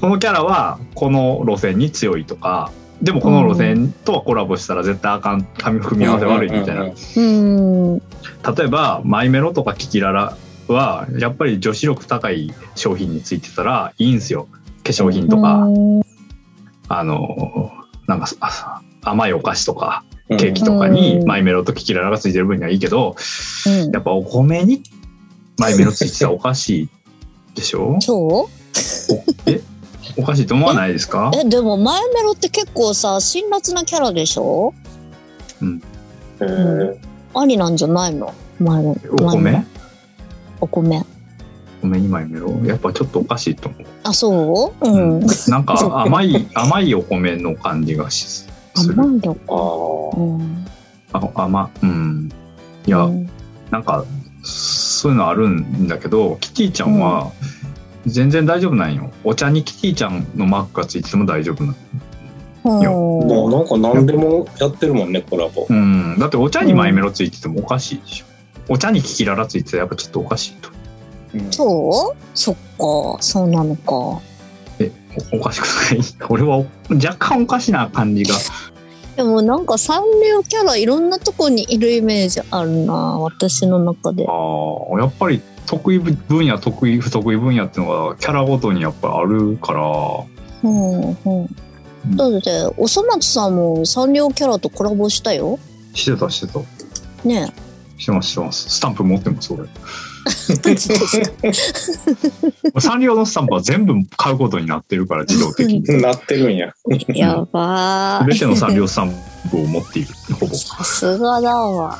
[SPEAKER 2] このキャラはこの路線に強いとかでもこの路線とはコラボしたら絶対あかん髪組み合わせ悪いみたいな
[SPEAKER 3] うんうんうん
[SPEAKER 1] うん
[SPEAKER 2] 例えばマイメロとかキキララはやっぱり女子力高い商品についてたらいいんすよ化粧品とか、あのなんかあ甘いお菓子とか
[SPEAKER 3] うん
[SPEAKER 2] ケーキとかに
[SPEAKER 1] うん
[SPEAKER 2] マイメロとキキララがついてる分にはいいけど
[SPEAKER 1] うん
[SPEAKER 2] やっぱお米にマイメロついてたらおかしいでしょ
[SPEAKER 1] そう
[SPEAKER 2] おかしいと思わないですか
[SPEAKER 1] えでもマイメロって結構さ辛辣なキャラでしょ
[SPEAKER 3] へえ
[SPEAKER 1] ありなんじゃないのマイメロ
[SPEAKER 2] お米
[SPEAKER 1] お米
[SPEAKER 2] お米にマイメロやっぱちょっとおかしいと思う
[SPEAKER 1] あそううん、
[SPEAKER 2] なん
[SPEAKER 1] [laughs]
[SPEAKER 2] か甘い甘いお米の感じがしする。
[SPEAKER 1] 甘いよ
[SPEAKER 3] ああ
[SPEAKER 1] うん
[SPEAKER 2] あ甘うん。いや、
[SPEAKER 1] うん
[SPEAKER 2] なんかそういうのあるんだけど、キティちゃんは全然大丈夫なんよ。お茶にキティちゃんのマークがついてても大丈夫なん。
[SPEAKER 3] もう
[SPEAKER 1] う
[SPEAKER 3] なんか何でもやってるもんねコラボ
[SPEAKER 2] うん。だってお茶にマイメロついててもおかしいでしょ。お茶にキキララついてたらやっぱちょっとおかしいと。
[SPEAKER 3] うん
[SPEAKER 1] んそうそっかそうなのか
[SPEAKER 2] え、おおかしくない [laughs] 俺はお若干おかしな感じが。
[SPEAKER 1] でもなんかサンリオキャラいろんなとこにいるイメージあるな私の中で
[SPEAKER 2] ああ、やっぱり得意分野、得意不得意分野っていうのがキャラごとにやっぱあるから、
[SPEAKER 1] うんうんだっておそ松さんもサンリオキャラとコラボしたよ
[SPEAKER 2] してたしてた。
[SPEAKER 1] ねえ
[SPEAKER 2] してますしてます。スタンプ持ってま
[SPEAKER 1] [laughs]
[SPEAKER 2] す俺。
[SPEAKER 1] どっ
[SPEAKER 2] [laughs]
[SPEAKER 1] ちですか
[SPEAKER 2] サンリオのスタンプは全部買うことになってるから自動的に。
[SPEAKER 3] なってるんや
[SPEAKER 1] やばー
[SPEAKER 2] 全てのサンリオスタンプを持っているほ
[SPEAKER 1] [laughs]
[SPEAKER 2] ぼ。
[SPEAKER 1] さすがだわ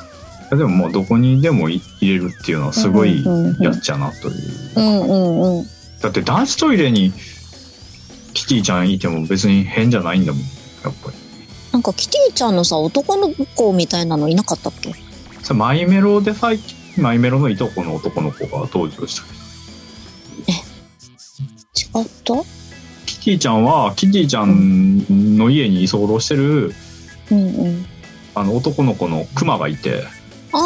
[SPEAKER 2] でももうどこにでも入れるっていうのはすごい
[SPEAKER 1] うんうんうん
[SPEAKER 2] やっちゃなという。
[SPEAKER 1] うんうんうん
[SPEAKER 2] だって男子トイレにキティちゃんいても別に変じゃないんだもん。やっぱり。
[SPEAKER 1] なんかキティちゃんのさ男の子みたいなのいなかったっけ
[SPEAKER 2] さマイメロで最近マイメロのいとこの男の子が登場した。
[SPEAKER 1] 違った
[SPEAKER 2] キティちゃんはキティちゃんの家に居候してる
[SPEAKER 1] うんうん
[SPEAKER 2] あの男の子のクマがいて
[SPEAKER 1] あ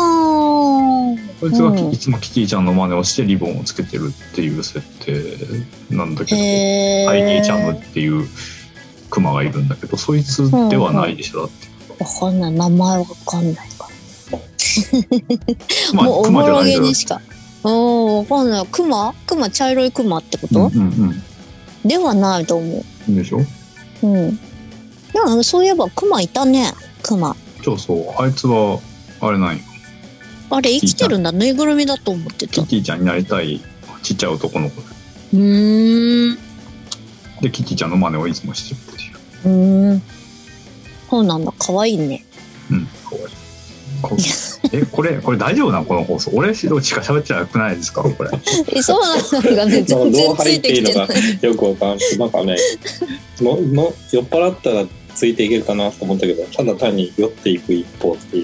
[SPEAKER 1] ー
[SPEAKER 2] そいつがき
[SPEAKER 1] うん
[SPEAKER 2] いつもキティちゃんの真似をしてリボンをつけてるっていう設定なんだけど
[SPEAKER 1] へー
[SPEAKER 2] ハイニーちゃんのっていうクマがいるんだけどそいつではないでしょだって
[SPEAKER 1] わかんない名前わかんないから
[SPEAKER 2] 熊
[SPEAKER 1] もうお
[SPEAKER 2] 熊
[SPEAKER 1] ぼ
[SPEAKER 2] じゃ
[SPEAKER 1] ろ
[SPEAKER 2] ないけ
[SPEAKER 1] げ
[SPEAKER 2] ど
[SPEAKER 1] にしか。おお、わかんない。クマクマ茶色いクマってこ
[SPEAKER 2] う
[SPEAKER 1] と、
[SPEAKER 2] んうん
[SPEAKER 1] ではないと思
[SPEAKER 2] うん。でしょ
[SPEAKER 1] う。うん。なんかそういえばクマいたね。クマ。
[SPEAKER 2] そうそう。あいつは、あれなんよ。
[SPEAKER 1] あれ生きてるんだ。ぬいぐるみだと思ってた。
[SPEAKER 2] キ
[SPEAKER 1] う
[SPEAKER 2] ティちゃんになりたいちっちゃい男の子で。
[SPEAKER 1] ーん。
[SPEAKER 2] で、キティちゃんの真似をいつもしてるっていう。
[SPEAKER 1] うーん。そうなんだ。可愛いね。
[SPEAKER 2] うん、かわいい。こえ、これ、これ大丈夫なのこの放送。俺しか喋ってなくないですかこれ。
[SPEAKER 1] え、そうなんだ。全
[SPEAKER 3] どう
[SPEAKER 1] 然つ
[SPEAKER 3] 入
[SPEAKER 1] い
[SPEAKER 3] ってていい
[SPEAKER 1] きてな
[SPEAKER 3] の
[SPEAKER 1] い
[SPEAKER 3] か。よくわかんない。な
[SPEAKER 1] [laughs]
[SPEAKER 3] んかね、のの酔っ払ったらついていけるかなと思ったけど、ただ単に酔っていく一方っていう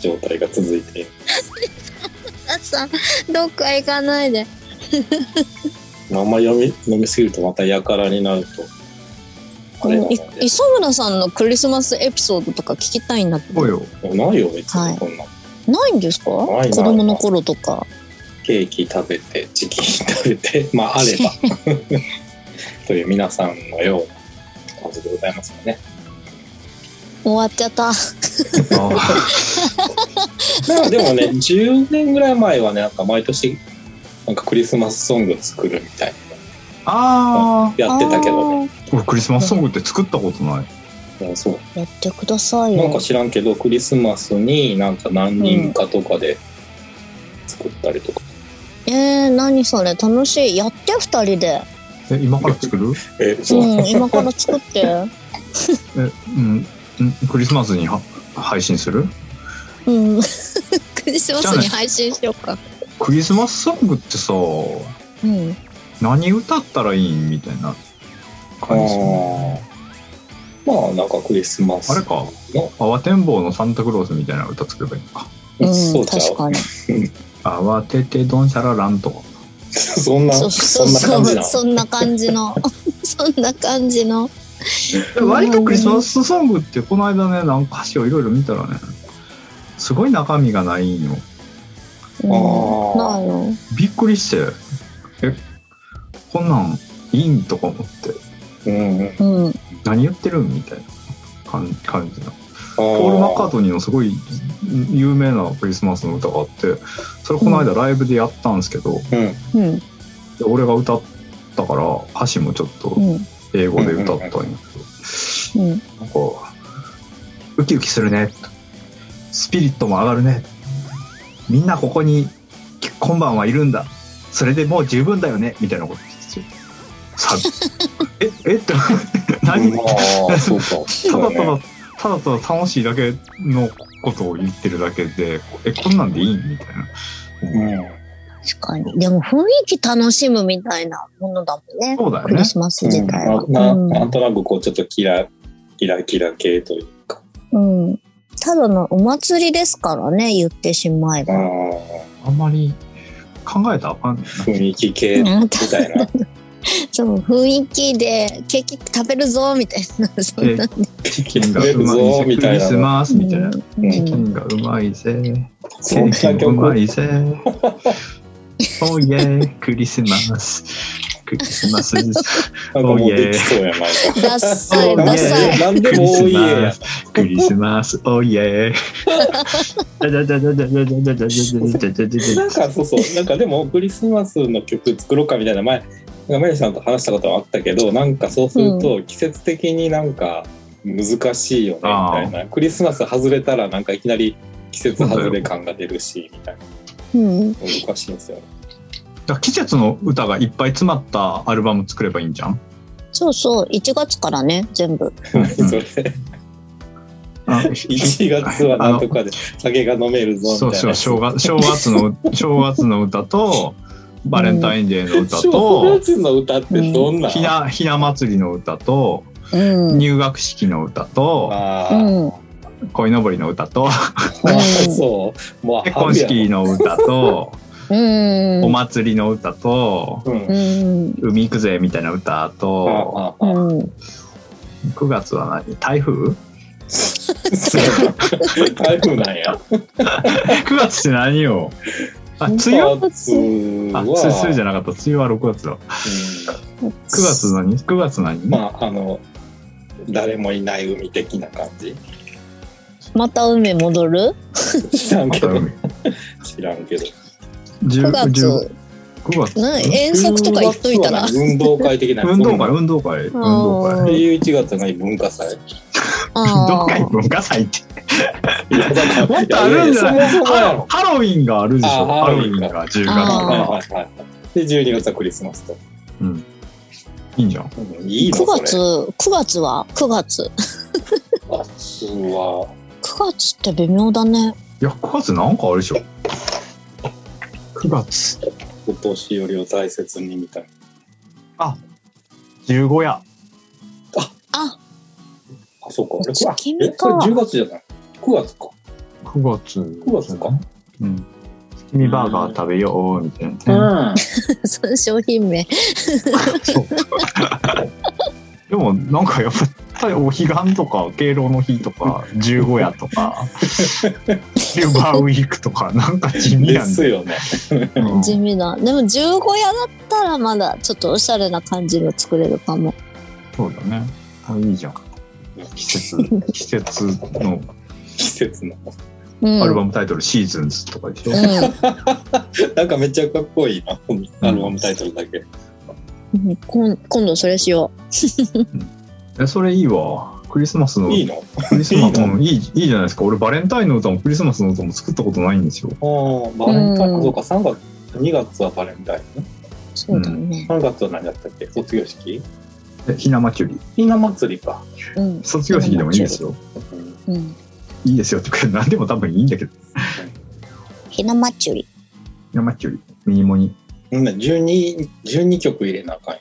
[SPEAKER 3] 状態が続いて、
[SPEAKER 1] さん、どっか行かないで。
[SPEAKER 3] まああんまり飲み飲みすぎるとまたやからになると。あれなの
[SPEAKER 1] い
[SPEAKER 3] で
[SPEAKER 1] 磯村さんのクリスマスエピソードとか聞きたいんだけど
[SPEAKER 2] おい。よ。
[SPEAKER 3] ないよ、別
[SPEAKER 1] は
[SPEAKER 3] に
[SPEAKER 1] い
[SPEAKER 3] こんな。
[SPEAKER 1] ないんですか
[SPEAKER 3] ないない
[SPEAKER 1] 子供の頃とか。
[SPEAKER 3] ケーキ食べて、チキン食べて、 [laughs] まあ、あれば。
[SPEAKER 1] [laughs]
[SPEAKER 3] という皆さんのような感じでございますかね。
[SPEAKER 1] 終わっちゃった。
[SPEAKER 2] あ
[SPEAKER 3] なんかでもね、10年
[SPEAKER 1] [laughs]
[SPEAKER 3] ぐらい前はね、なんか毎年、なんかクリスマスソング作るみたい
[SPEAKER 2] あ
[SPEAKER 3] な、やってたけどね。
[SPEAKER 1] ね。
[SPEAKER 2] ー。俺クリスマスソングって作ったことない。
[SPEAKER 3] うんそう。
[SPEAKER 1] やってくださいよ。
[SPEAKER 3] なんか知らんけど、クリスマスになんか何人かとかで作ったりとか。
[SPEAKER 1] えー、何それ楽しい。やって二人で。
[SPEAKER 2] え、今から作る
[SPEAKER 3] えー、
[SPEAKER 1] う
[SPEAKER 3] そう。
[SPEAKER 1] ん、今から作
[SPEAKER 3] [laughs]
[SPEAKER 1] って。
[SPEAKER 2] え、うん、んクリスマスには配信する
[SPEAKER 1] うん。 [laughs] クリスマスに配信しようか。
[SPEAKER 2] クリスマスソングってさ、
[SPEAKER 1] うん。
[SPEAKER 2] 何歌ったらいいんみたいな
[SPEAKER 3] あ
[SPEAKER 2] 感じ。
[SPEAKER 3] ーまあ、なんかクリスマス。
[SPEAKER 2] あれか、慌てんぼうのサンタクロースみたいな歌作ればいいのか。
[SPEAKER 1] う
[SPEAKER 3] そ
[SPEAKER 1] ん、
[SPEAKER 3] うちゃ
[SPEAKER 1] 確
[SPEAKER 3] う。
[SPEAKER 1] かに。
[SPEAKER 2] 慌ててどんしゃららんとか。
[SPEAKER 3] [laughs] そんな、
[SPEAKER 1] そう
[SPEAKER 3] そ
[SPEAKER 1] そうん
[SPEAKER 3] な感じ
[SPEAKER 1] そう。
[SPEAKER 3] なの。
[SPEAKER 1] そんな感じの。 [laughs] そんな感じの。
[SPEAKER 2] 割とクリスマスソングってこの間ね、なんか歌詞をいろいろ見たらね、すごい中身がないの。
[SPEAKER 1] うん、
[SPEAKER 3] あー
[SPEAKER 1] ないの。
[SPEAKER 2] びっくりして、え、こんなんいいんとか思って、
[SPEAKER 3] うんうん。
[SPEAKER 1] うん。
[SPEAKER 2] 何言ってるんみたいな感感じの。ポ
[SPEAKER 3] ポ
[SPEAKER 2] ール・マッカートニーのすごい有名なクリスマスの歌があって、それこの間ライブでやったんですけど、
[SPEAKER 3] うん、
[SPEAKER 1] うん。
[SPEAKER 2] で俺が歌ったから歌詞もちょっと
[SPEAKER 1] うん。
[SPEAKER 2] 英語で歌ったんやけど、
[SPEAKER 1] うん。
[SPEAKER 2] なんか、ウキウキするね。スピリットも上がるね。みんなここに今晩はいるんだ。それでもう十分だよね。みたいなこと言っててさ [laughs] え、え [laughs] って、何
[SPEAKER 3] まあ、そうか。
[SPEAKER 2] ただ
[SPEAKER 3] そう
[SPEAKER 2] た
[SPEAKER 3] だね
[SPEAKER 2] だ、ただただ楽しいだけのことを言ってるだけで、え、こんなんでいいみたいな。
[SPEAKER 3] うん
[SPEAKER 1] 確かに。でも雰囲気楽しむみたいなものだもんね。
[SPEAKER 2] そうだよ
[SPEAKER 1] ク
[SPEAKER 2] ね
[SPEAKER 1] リ。スマス自体は。
[SPEAKER 3] うんな
[SPEAKER 1] うん
[SPEAKER 3] なんとなくこうちょっとキラキラキラ系というか
[SPEAKER 1] うん。ただのお祭りですからね、言ってしまえ
[SPEAKER 3] あ
[SPEAKER 1] ば。
[SPEAKER 2] あんまり考えたらあかんねん
[SPEAKER 3] ー雰囲気
[SPEAKER 1] う
[SPEAKER 3] 系み
[SPEAKER 1] ん、
[SPEAKER 3] たい
[SPEAKER 2] [laughs]
[SPEAKER 3] な
[SPEAKER 1] [laughs] そう、雰囲気でケーキ食べるぞ、みたいな。そんな
[SPEAKER 2] な。で、チキンがうま
[SPEAKER 3] ぞ
[SPEAKER 2] い
[SPEAKER 3] ーみ
[SPEAKER 2] ぜ。ク
[SPEAKER 3] たい
[SPEAKER 2] リ
[SPEAKER 3] な
[SPEAKER 2] スマスみたい
[SPEAKER 1] う
[SPEAKER 2] な。
[SPEAKER 1] ん
[SPEAKER 3] う
[SPEAKER 2] チキ
[SPEAKER 1] うん
[SPEAKER 2] ンがうまいぜ。
[SPEAKER 3] そんな
[SPEAKER 2] うま
[SPEAKER 3] 曲
[SPEAKER 2] いぜ。おいえ、クリスマス。クリスマス。
[SPEAKER 3] なんかもうできそうやな
[SPEAKER 1] ダッサ
[SPEAKER 2] お
[SPEAKER 1] い、
[SPEAKER 2] ー
[SPEAKER 1] ダサい。
[SPEAKER 3] なん
[SPEAKER 2] ク
[SPEAKER 3] で
[SPEAKER 2] リ
[SPEAKER 3] も
[SPEAKER 2] ス
[SPEAKER 3] 多い
[SPEAKER 2] マ
[SPEAKER 3] や
[SPEAKER 2] ス。クリスマス。おいえ。だだだだだだだだだだだだ
[SPEAKER 3] な
[SPEAKER 2] だ
[SPEAKER 3] んかそうそうなんかでもクリスマスの曲作ろうかみたいな前なんかメイさんと話したことはあったけどなんかそうすると季節的になんか難しいよねみたいな、クリスマス外れたらなんかいきなり季節外れ感が出るしみたいな
[SPEAKER 1] うん。
[SPEAKER 3] 難しいんですよね
[SPEAKER 2] だ。季節の歌がいっぱい詰まったアルバム作ればいいんじゃん。
[SPEAKER 1] そうそう、1月からね、全部。
[SPEAKER 3] 何それ
[SPEAKER 2] [laughs] あ
[SPEAKER 3] 1月はなんとかで酒が飲めるぞ
[SPEAKER 2] そ
[SPEAKER 3] み
[SPEAKER 2] う
[SPEAKER 3] たいな
[SPEAKER 2] そ
[SPEAKER 3] や
[SPEAKER 2] う
[SPEAKER 3] つ。
[SPEAKER 2] 正月正月の正月の歌とバレンタインデーの歌
[SPEAKER 3] 正
[SPEAKER 2] と
[SPEAKER 3] 月の歌ってどんな、
[SPEAKER 2] ひなひな祭りの歌と
[SPEAKER 1] うん。
[SPEAKER 2] 入学式の歌と。
[SPEAKER 3] あ
[SPEAKER 1] う
[SPEAKER 3] ー、
[SPEAKER 1] ん。
[SPEAKER 2] 恋のぼりの歌 [laughs] と
[SPEAKER 3] あそう。もう
[SPEAKER 2] 結婚式の歌と
[SPEAKER 1] うん。
[SPEAKER 2] お祭りの歌と
[SPEAKER 3] 春や
[SPEAKER 1] う
[SPEAKER 3] もん
[SPEAKER 1] ん。
[SPEAKER 2] 海行くぜみたいな歌
[SPEAKER 3] うん。
[SPEAKER 2] と
[SPEAKER 3] あああ
[SPEAKER 1] うん。
[SPEAKER 2] 9月は何台風
[SPEAKER 3] [laughs] 台風なんや。
[SPEAKER 2] ?9 月って何よあ梅雨
[SPEAKER 3] 雨
[SPEAKER 2] あ梅雨梅雨じゃなかった梅雨は6月だ9月何 ?9 月何、
[SPEAKER 3] まあ、あの、誰もいない海的な感じ。
[SPEAKER 1] また海戻る
[SPEAKER 3] 知らん
[SPEAKER 2] ま
[SPEAKER 3] け
[SPEAKER 2] た
[SPEAKER 3] ど
[SPEAKER 2] 海。
[SPEAKER 3] 知らんけど
[SPEAKER 2] 10
[SPEAKER 1] ?9 月。
[SPEAKER 2] 9月。
[SPEAKER 1] な遠足とか行っといたら。
[SPEAKER 3] 運動会的な
[SPEAKER 2] 運動会、運動会、運動
[SPEAKER 1] あー
[SPEAKER 2] 会。
[SPEAKER 3] 11月の文化祭
[SPEAKER 2] どっか
[SPEAKER 1] あ
[SPEAKER 2] に文化祭って。
[SPEAKER 3] いやだから
[SPEAKER 2] もっとあるんじゃない
[SPEAKER 3] いやいやそもそもや
[SPEAKER 2] ハ
[SPEAKER 3] ろ
[SPEAKER 2] ロハロウィンがあるでしょ。
[SPEAKER 3] あ
[SPEAKER 2] ハ
[SPEAKER 3] ハ
[SPEAKER 2] ロ
[SPEAKER 3] ロ
[SPEAKER 2] ウ
[SPEAKER 3] ウ
[SPEAKER 2] ィ
[SPEAKER 3] ィ
[SPEAKER 2] ン
[SPEAKER 3] ンか
[SPEAKER 2] が10月
[SPEAKER 3] はい
[SPEAKER 2] か
[SPEAKER 1] あ
[SPEAKER 3] はいはいで12月はクリスマスと、
[SPEAKER 2] ら。うん。いいんじゃん。
[SPEAKER 3] うん
[SPEAKER 1] ー
[SPEAKER 3] いいの
[SPEAKER 1] 9
[SPEAKER 3] それ
[SPEAKER 1] 月、9月は ?9 月。
[SPEAKER 3] 月は
[SPEAKER 1] 9月って微妙だね。 [laughs]
[SPEAKER 2] いや、9月なんかあるでしょ。9月。
[SPEAKER 3] お年寄りを大切にみたいな
[SPEAKER 2] 15夜。
[SPEAKER 1] あ、
[SPEAKER 3] あそうか俺
[SPEAKER 1] 月
[SPEAKER 3] あ
[SPEAKER 1] 見
[SPEAKER 3] え
[SPEAKER 1] か
[SPEAKER 3] それ10月じゃない9月か
[SPEAKER 2] 9月。9
[SPEAKER 3] 9月か。
[SPEAKER 2] うん。月見バーガー食べよう、みたいな。
[SPEAKER 3] ん
[SPEAKER 1] その商品名。
[SPEAKER 2] そう。でも、なんかやっぱりお彼岸とか、敬老の日とか、15夜と
[SPEAKER 3] [laughs]
[SPEAKER 2] か、シルバーウィークとか、なんか地味
[SPEAKER 3] で
[SPEAKER 2] やん
[SPEAKER 3] すよね
[SPEAKER 2] うん
[SPEAKER 1] 地味な。でも15夜だったらまだちょっとおしゃれな感じが作れるかも。
[SPEAKER 2] そうだね。あ、いいじゃん。季節、
[SPEAKER 3] [laughs]
[SPEAKER 2] 季節の
[SPEAKER 3] 季節の
[SPEAKER 1] うん。
[SPEAKER 2] アルバムタイトル、シーズンズとかでしょ。
[SPEAKER 3] なんかめっちゃかっこいいなこのアルバムタイトルだけ
[SPEAKER 1] うんうん。こん今度それしよ
[SPEAKER 2] え、それいいわ。クリスマスの、
[SPEAKER 3] いいの
[SPEAKER 2] クリスマス
[SPEAKER 3] いい
[SPEAKER 2] の、いい、いいじゃないですか。俺、バレンタインの歌もクリスマスの歌も作ったことないんですよ。
[SPEAKER 3] ああバレンタイン
[SPEAKER 1] う
[SPEAKER 3] あ
[SPEAKER 1] ん
[SPEAKER 3] そうか3月2月はバレンタインね
[SPEAKER 1] う。そうだね。
[SPEAKER 3] 3月は何だったっけ卒業式
[SPEAKER 2] え、ひな祭り。
[SPEAKER 3] ひな祭りか、
[SPEAKER 1] うん。
[SPEAKER 2] 卒業式でもいいですよ。
[SPEAKER 3] うん
[SPEAKER 1] うん。
[SPEAKER 2] いいですよってか、何でも多分いいんだけど。
[SPEAKER 1] ひな祭り。
[SPEAKER 2] ひな祭り。右もに。
[SPEAKER 3] うん、12, 12曲入れなあかんや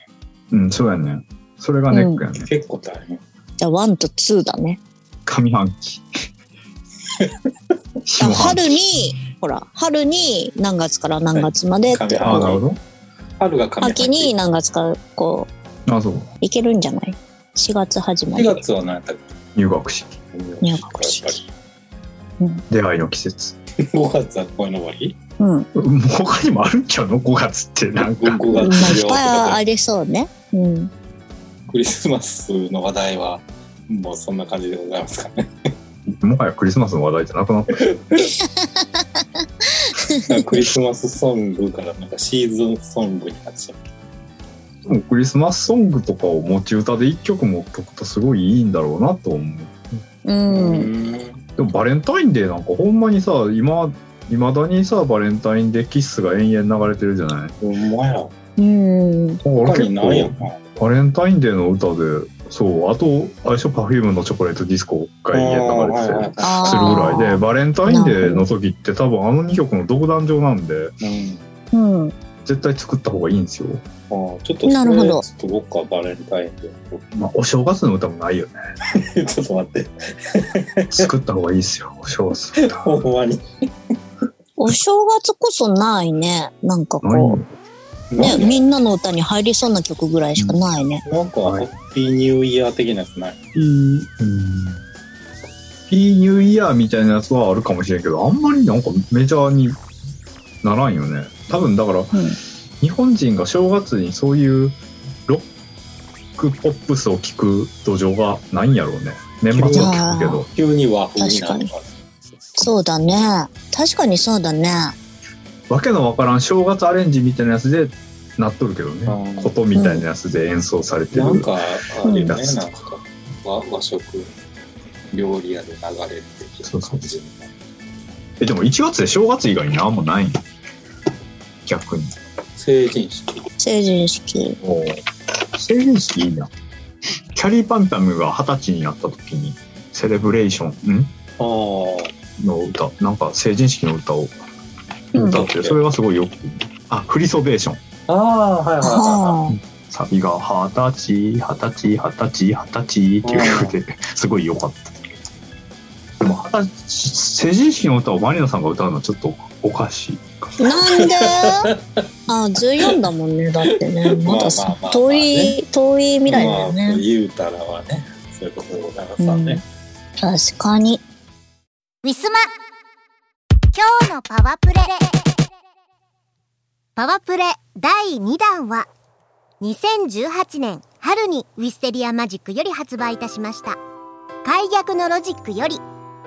[SPEAKER 2] うん、そうやね。それがネックやね。
[SPEAKER 3] ん結構大変
[SPEAKER 1] じゃあ1と2だね。
[SPEAKER 2] 上半
[SPEAKER 1] [laughs]
[SPEAKER 2] 期。
[SPEAKER 1] だ
[SPEAKER 2] 下
[SPEAKER 1] から
[SPEAKER 2] 半期。
[SPEAKER 1] 春に、ほら、春に何月から何月までっ
[SPEAKER 3] はい
[SPEAKER 1] て、
[SPEAKER 2] あ、なるほ
[SPEAKER 3] 春が上半期
[SPEAKER 1] 秋に何月からこう、
[SPEAKER 2] ど。あ、そう。
[SPEAKER 1] いけるんじゃない ?4 月始ま
[SPEAKER 3] 4
[SPEAKER 1] り。
[SPEAKER 3] 月は何やったっ
[SPEAKER 2] 入学式。
[SPEAKER 3] け
[SPEAKER 1] 入学式
[SPEAKER 3] やっ
[SPEAKER 2] 出会いの季節。
[SPEAKER 3] ぱり5月は恋の終わり
[SPEAKER 1] うん。
[SPEAKER 2] うん他にもあるんちゃうの ?5 月ってなんか。
[SPEAKER 3] 5
[SPEAKER 1] まあ、いっ
[SPEAKER 3] 月病と
[SPEAKER 1] ぱい
[SPEAKER 3] か
[SPEAKER 1] ありそうね。うん。
[SPEAKER 3] クリスマスの話題はもうそんな感じでございますかね
[SPEAKER 2] もはやクリスマスの話題じゃなくなった。
[SPEAKER 3] クリスマスソングからなんかシーズンソングになっちゃう
[SPEAKER 2] もうクリスマスソングとかを持ち歌で1曲持っとくとすごいいいんだろうなと思う。
[SPEAKER 1] うん。
[SPEAKER 2] でもバレンタインデーなんかほんまにさ、今、いまだにさ、バレンタインデーキッスが延々流れてるじゃない
[SPEAKER 3] ほんまや
[SPEAKER 1] うん。
[SPEAKER 2] 俺
[SPEAKER 3] 他
[SPEAKER 2] 結
[SPEAKER 3] にないやん
[SPEAKER 2] 構
[SPEAKER 3] な
[SPEAKER 2] バレンタインデーの歌で、そう、あと、最初パフュームのチョコレートディスコが延々流れてて。
[SPEAKER 1] あー
[SPEAKER 2] するぐらいでバレンタインデーの時って多分あの2曲の独壇場なんで
[SPEAKER 3] うん
[SPEAKER 1] うん。
[SPEAKER 2] 絶対作った方がいいんですよ、
[SPEAKER 3] あーちょっとそれ
[SPEAKER 1] なるほど
[SPEAKER 3] ちょっと僕はバレンタインで [laughs]
[SPEAKER 2] まあ、お正月の歌もないよね
[SPEAKER 3] ちょっと待って
[SPEAKER 2] 作った方がいいですよお正月
[SPEAKER 1] [laughs]
[SPEAKER 2] の歌
[SPEAKER 3] ほんまに
[SPEAKER 1] お正月こそないね。なんか
[SPEAKER 2] ない
[SPEAKER 1] こ
[SPEAKER 2] の
[SPEAKER 1] う。ね、みんなの歌に入りそうな曲ぐらいしかないね。
[SPEAKER 3] なんか、ハッピーニューイヤー的なやつない。
[SPEAKER 2] いい、うん。いいニューイヤーみたいなやつはあるかもしれんけど、あんまりなんかメジャーにならんよね。多分だから、日本人が正月にそういうロックポップスを聞く土壌がないんやろうね。年末は聞くけど。
[SPEAKER 3] 急に和風になるから。
[SPEAKER 1] そうだね。確かにそうだね。
[SPEAKER 2] わけのわからん正月アレンジみたいなやつでなっとるけど
[SPEAKER 3] あ
[SPEAKER 2] ね。
[SPEAKER 3] ー
[SPEAKER 2] ことみたいなやつで演奏されてる。
[SPEAKER 3] なんか、あれね、
[SPEAKER 1] うん
[SPEAKER 3] なんか、和和食、料理屋で流れる的な感じ。
[SPEAKER 2] え、でも1月で正月以外になんもないん逆に。
[SPEAKER 3] 成人式。
[SPEAKER 1] 成人式。
[SPEAKER 2] お成人式いいな。キャリーパンパムが二十歳になった時に、セレブレーションん
[SPEAKER 3] ああ、
[SPEAKER 2] の歌、なんか成人式の歌を
[SPEAKER 1] うん
[SPEAKER 2] 歌って、それがすごいよく、あ、クリソベーション。
[SPEAKER 3] ああ、はいはいは
[SPEAKER 1] はあ。
[SPEAKER 2] サビが二十歳、二十歳、二十歳、二十歳っていう曲で、すごい良かった。でも、二十歳成人式の歌をマリナさんが歌うのはちょっとおかしいか。
[SPEAKER 1] [laughs] なん
[SPEAKER 3] [laughs]
[SPEAKER 1] であ、14だもんね。だってね。まだ
[SPEAKER 3] まあま
[SPEAKER 1] さ
[SPEAKER 3] あまあまあね
[SPEAKER 1] 遠い、遠い未来
[SPEAKER 3] いはい。
[SPEAKER 1] だよ
[SPEAKER 3] まあ
[SPEAKER 1] ね。
[SPEAKER 3] 言うたらはね、そういうことでございますわね。
[SPEAKER 1] 確かに。
[SPEAKER 4] ウィスマ今日のパワープレパワープレ第2弾は2018年春にウィステリアマジックより発売いたしました「解約のロジック」より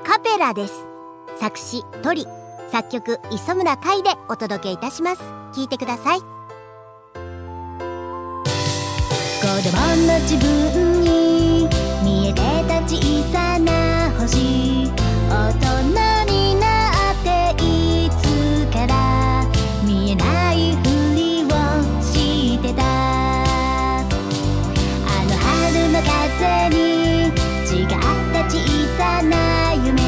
[SPEAKER 7] カペラです作詞トリ作曲磯村海でお届けいたします聞いてください
[SPEAKER 4] 子供の自分に見えてた小さな星大人になっていつから見えないふりをしてたあの春の風に違った小さな夢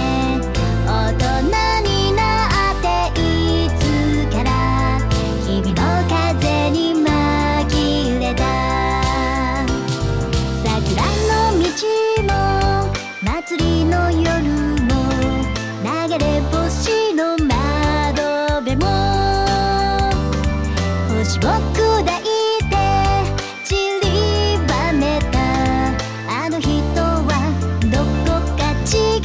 [SPEAKER 4] 大人になっていつから日々の風に紛れた桜の道も祭りの夜も流れ星の窓辺も星を砕いて散りばめたあの人はどこか違っ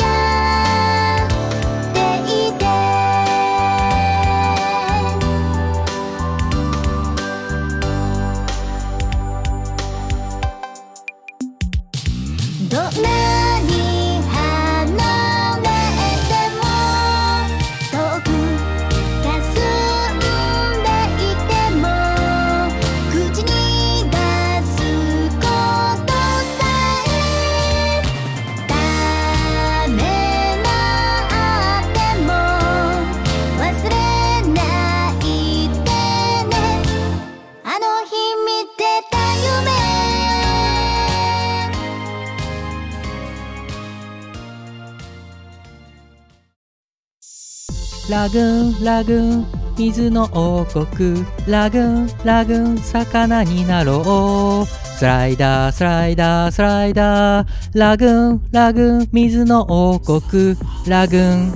[SPEAKER 4] ていてどんなに離れても遠く霞んでいても口に出すことさえためらっても忘れないでねあの日見てた夢
[SPEAKER 5] ラグーンラグーン水の王国ラグーンラグーン魚になろうスライダースライダースライダーラグーンラグーン水の王国ラグーン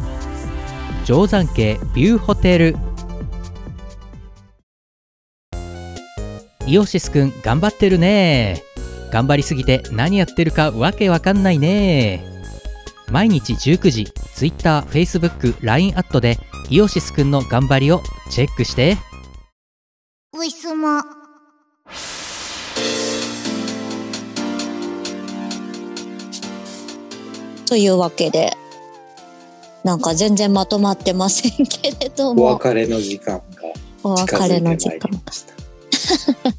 [SPEAKER 5] 定山渓ビューホテルイオシスくん頑張ってるね頑張りすぎて何やってるかわけわかんないね毎日19時 TwitterFacebookLINE アットでイオシスくんの頑張りをチェックして
[SPEAKER 7] ウィスマ
[SPEAKER 1] というわけで、なんか全然まとまってませんけれど
[SPEAKER 3] お
[SPEAKER 1] も、
[SPEAKER 3] 別れの時間
[SPEAKER 1] お
[SPEAKER 3] が近
[SPEAKER 1] 別
[SPEAKER 3] づ
[SPEAKER 1] れ
[SPEAKER 3] いてま
[SPEAKER 1] の
[SPEAKER 3] い
[SPEAKER 1] 時
[SPEAKER 2] [laughs]
[SPEAKER 3] り
[SPEAKER 1] 間。
[SPEAKER 3] ました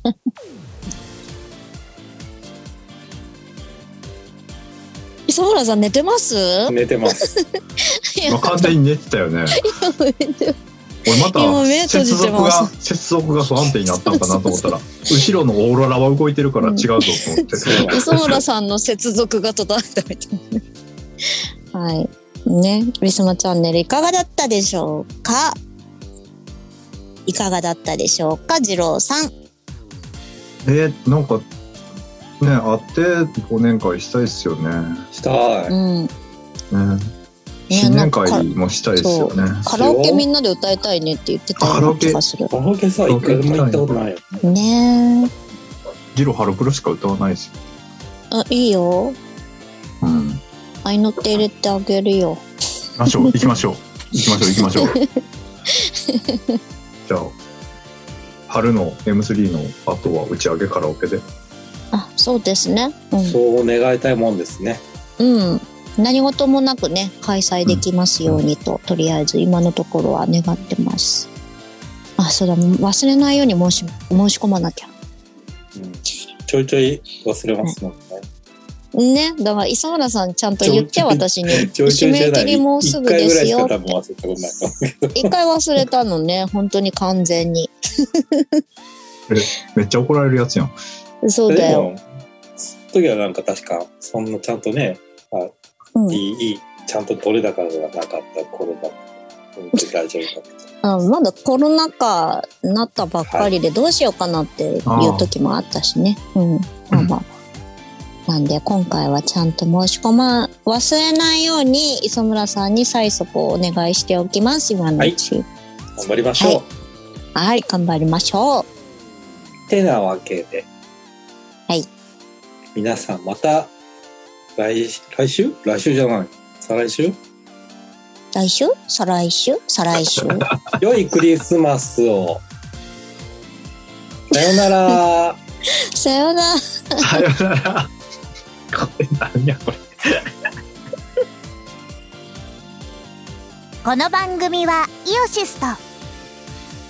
[SPEAKER 1] 磯村さん寝てます
[SPEAKER 3] 寝
[SPEAKER 1] [laughs]
[SPEAKER 3] てます
[SPEAKER 1] いや
[SPEAKER 2] まあ、完全に寝てたよね。俺また
[SPEAKER 1] 今目閉
[SPEAKER 2] 接
[SPEAKER 1] じて
[SPEAKER 2] 続
[SPEAKER 1] ま
[SPEAKER 2] が
[SPEAKER 1] す
[SPEAKER 2] 接続が不安定になったのかなと思ったら後ろのオーロラは動いてるから違うぞと思って、
[SPEAKER 3] そう
[SPEAKER 1] 磯村さんの接続が途絶えたみたいな。はい。ね。リスマチャンネルいかがだったでしょうかいかがだったでしょうか次郎さん。
[SPEAKER 2] えーなんかね会って忘年会したいっすよね
[SPEAKER 3] したい
[SPEAKER 1] うん。
[SPEAKER 2] ね新年会もしたいっすよね
[SPEAKER 1] カラオケみんなで歌いたいねって言ってたような気がする。
[SPEAKER 3] カラオケさ一回も行ったことないよ
[SPEAKER 1] ねえ。
[SPEAKER 2] ジロハロプロしか歌わないし、
[SPEAKER 1] あ、いいよ。
[SPEAKER 2] うん、
[SPEAKER 1] 合いの手入れてあげるよ。
[SPEAKER 2] 行きましょう行きましょう行きましょう行きましょ
[SPEAKER 1] [laughs]
[SPEAKER 2] うじゃあ春の M3 の後は打ち上げカラオケで
[SPEAKER 1] あ、そうですね。う
[SPEAKER 3] そう願いたいもんですね
[SPEAKER 1] ん。うん。何事もなくね、開催できますようにと、とりあえず今のところは願ってます。あ、そうだ、忘れないように申し、申し込まなきゃ。
[SPEAKER 3] うんちょいちょい忘れますもん
[SPEAKER 1] ね、
[SPEAKER 3] ね
[SPEAKER 1] だから磯村さんちゃんと言って
[SPEAKER 3] ちょいちょい
[SPEAKER 1] 私に
[SPEAKER 3] ちょいちょ
[SPEAKER 1] 締
[SPEAKER 3] いじゃ
[SPEAKER 1] め
[SPEAKER 3] な
[SPEAKER 1] 切
[SPEAKER 3] い
[SPEAKER 1] りもうす
[SPEAKER 3] 一
[SPEAKER 1] ぐで
[SPEAKER 3] 回ぐら
[SPEAKER 1] す
[SPEAKER 3] いし
[SPEAKER 1] よ
[SPEAKER 3] か多分忘れたことないかも
[SPEAKER 1] 一回忘れたのね本当に完全に
[SPEAKER 2] めっちゃ怒られる
[SPEAKER 1] [laughs]
[SPEAKER 2] やつやん [laughs]
[SPEAKER 1] そうだ
[SPEAKER 3] で
[SPEAKER 1] よ、
[SPEAKER 3] もその時はなんか確かそんなちゃんとね
[SPEAKER 1] うん
[SPEAKER 3] いいいいちゃんと取れ高がなかった頃だった大丈夫だった
[SPEAKER 1] あまだコロナ禍になったばっかりでどうしようかなっていう時もあったしね、うんまあまあなんで今回はちゃんと申し込ま忘れないように磯村さんに催促をお願いしておきます今のうち
[SPEAKER 3] 頑張りましょう、
[SPEAKER 1] ははい、頑張りましょう
[SPEAKER 3] てなわけで
[SPEAKER 1] はい
[SPEAKER 3] 皆さんまた来来週来週じゃない再来週
[SPEAKER 1] 来週再来週再来週 [laughs]
[SPEAKER 3] 良いクリスマスをさよなら
[SPEAKER 1] さようなら
[SPEAKER 2] さよなら。これなんやこれ。
[SPEAKER 4] この番組はイオシスとウ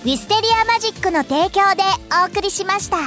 [SPEAKER 4] ィステリアマジックの提供でお送りしました。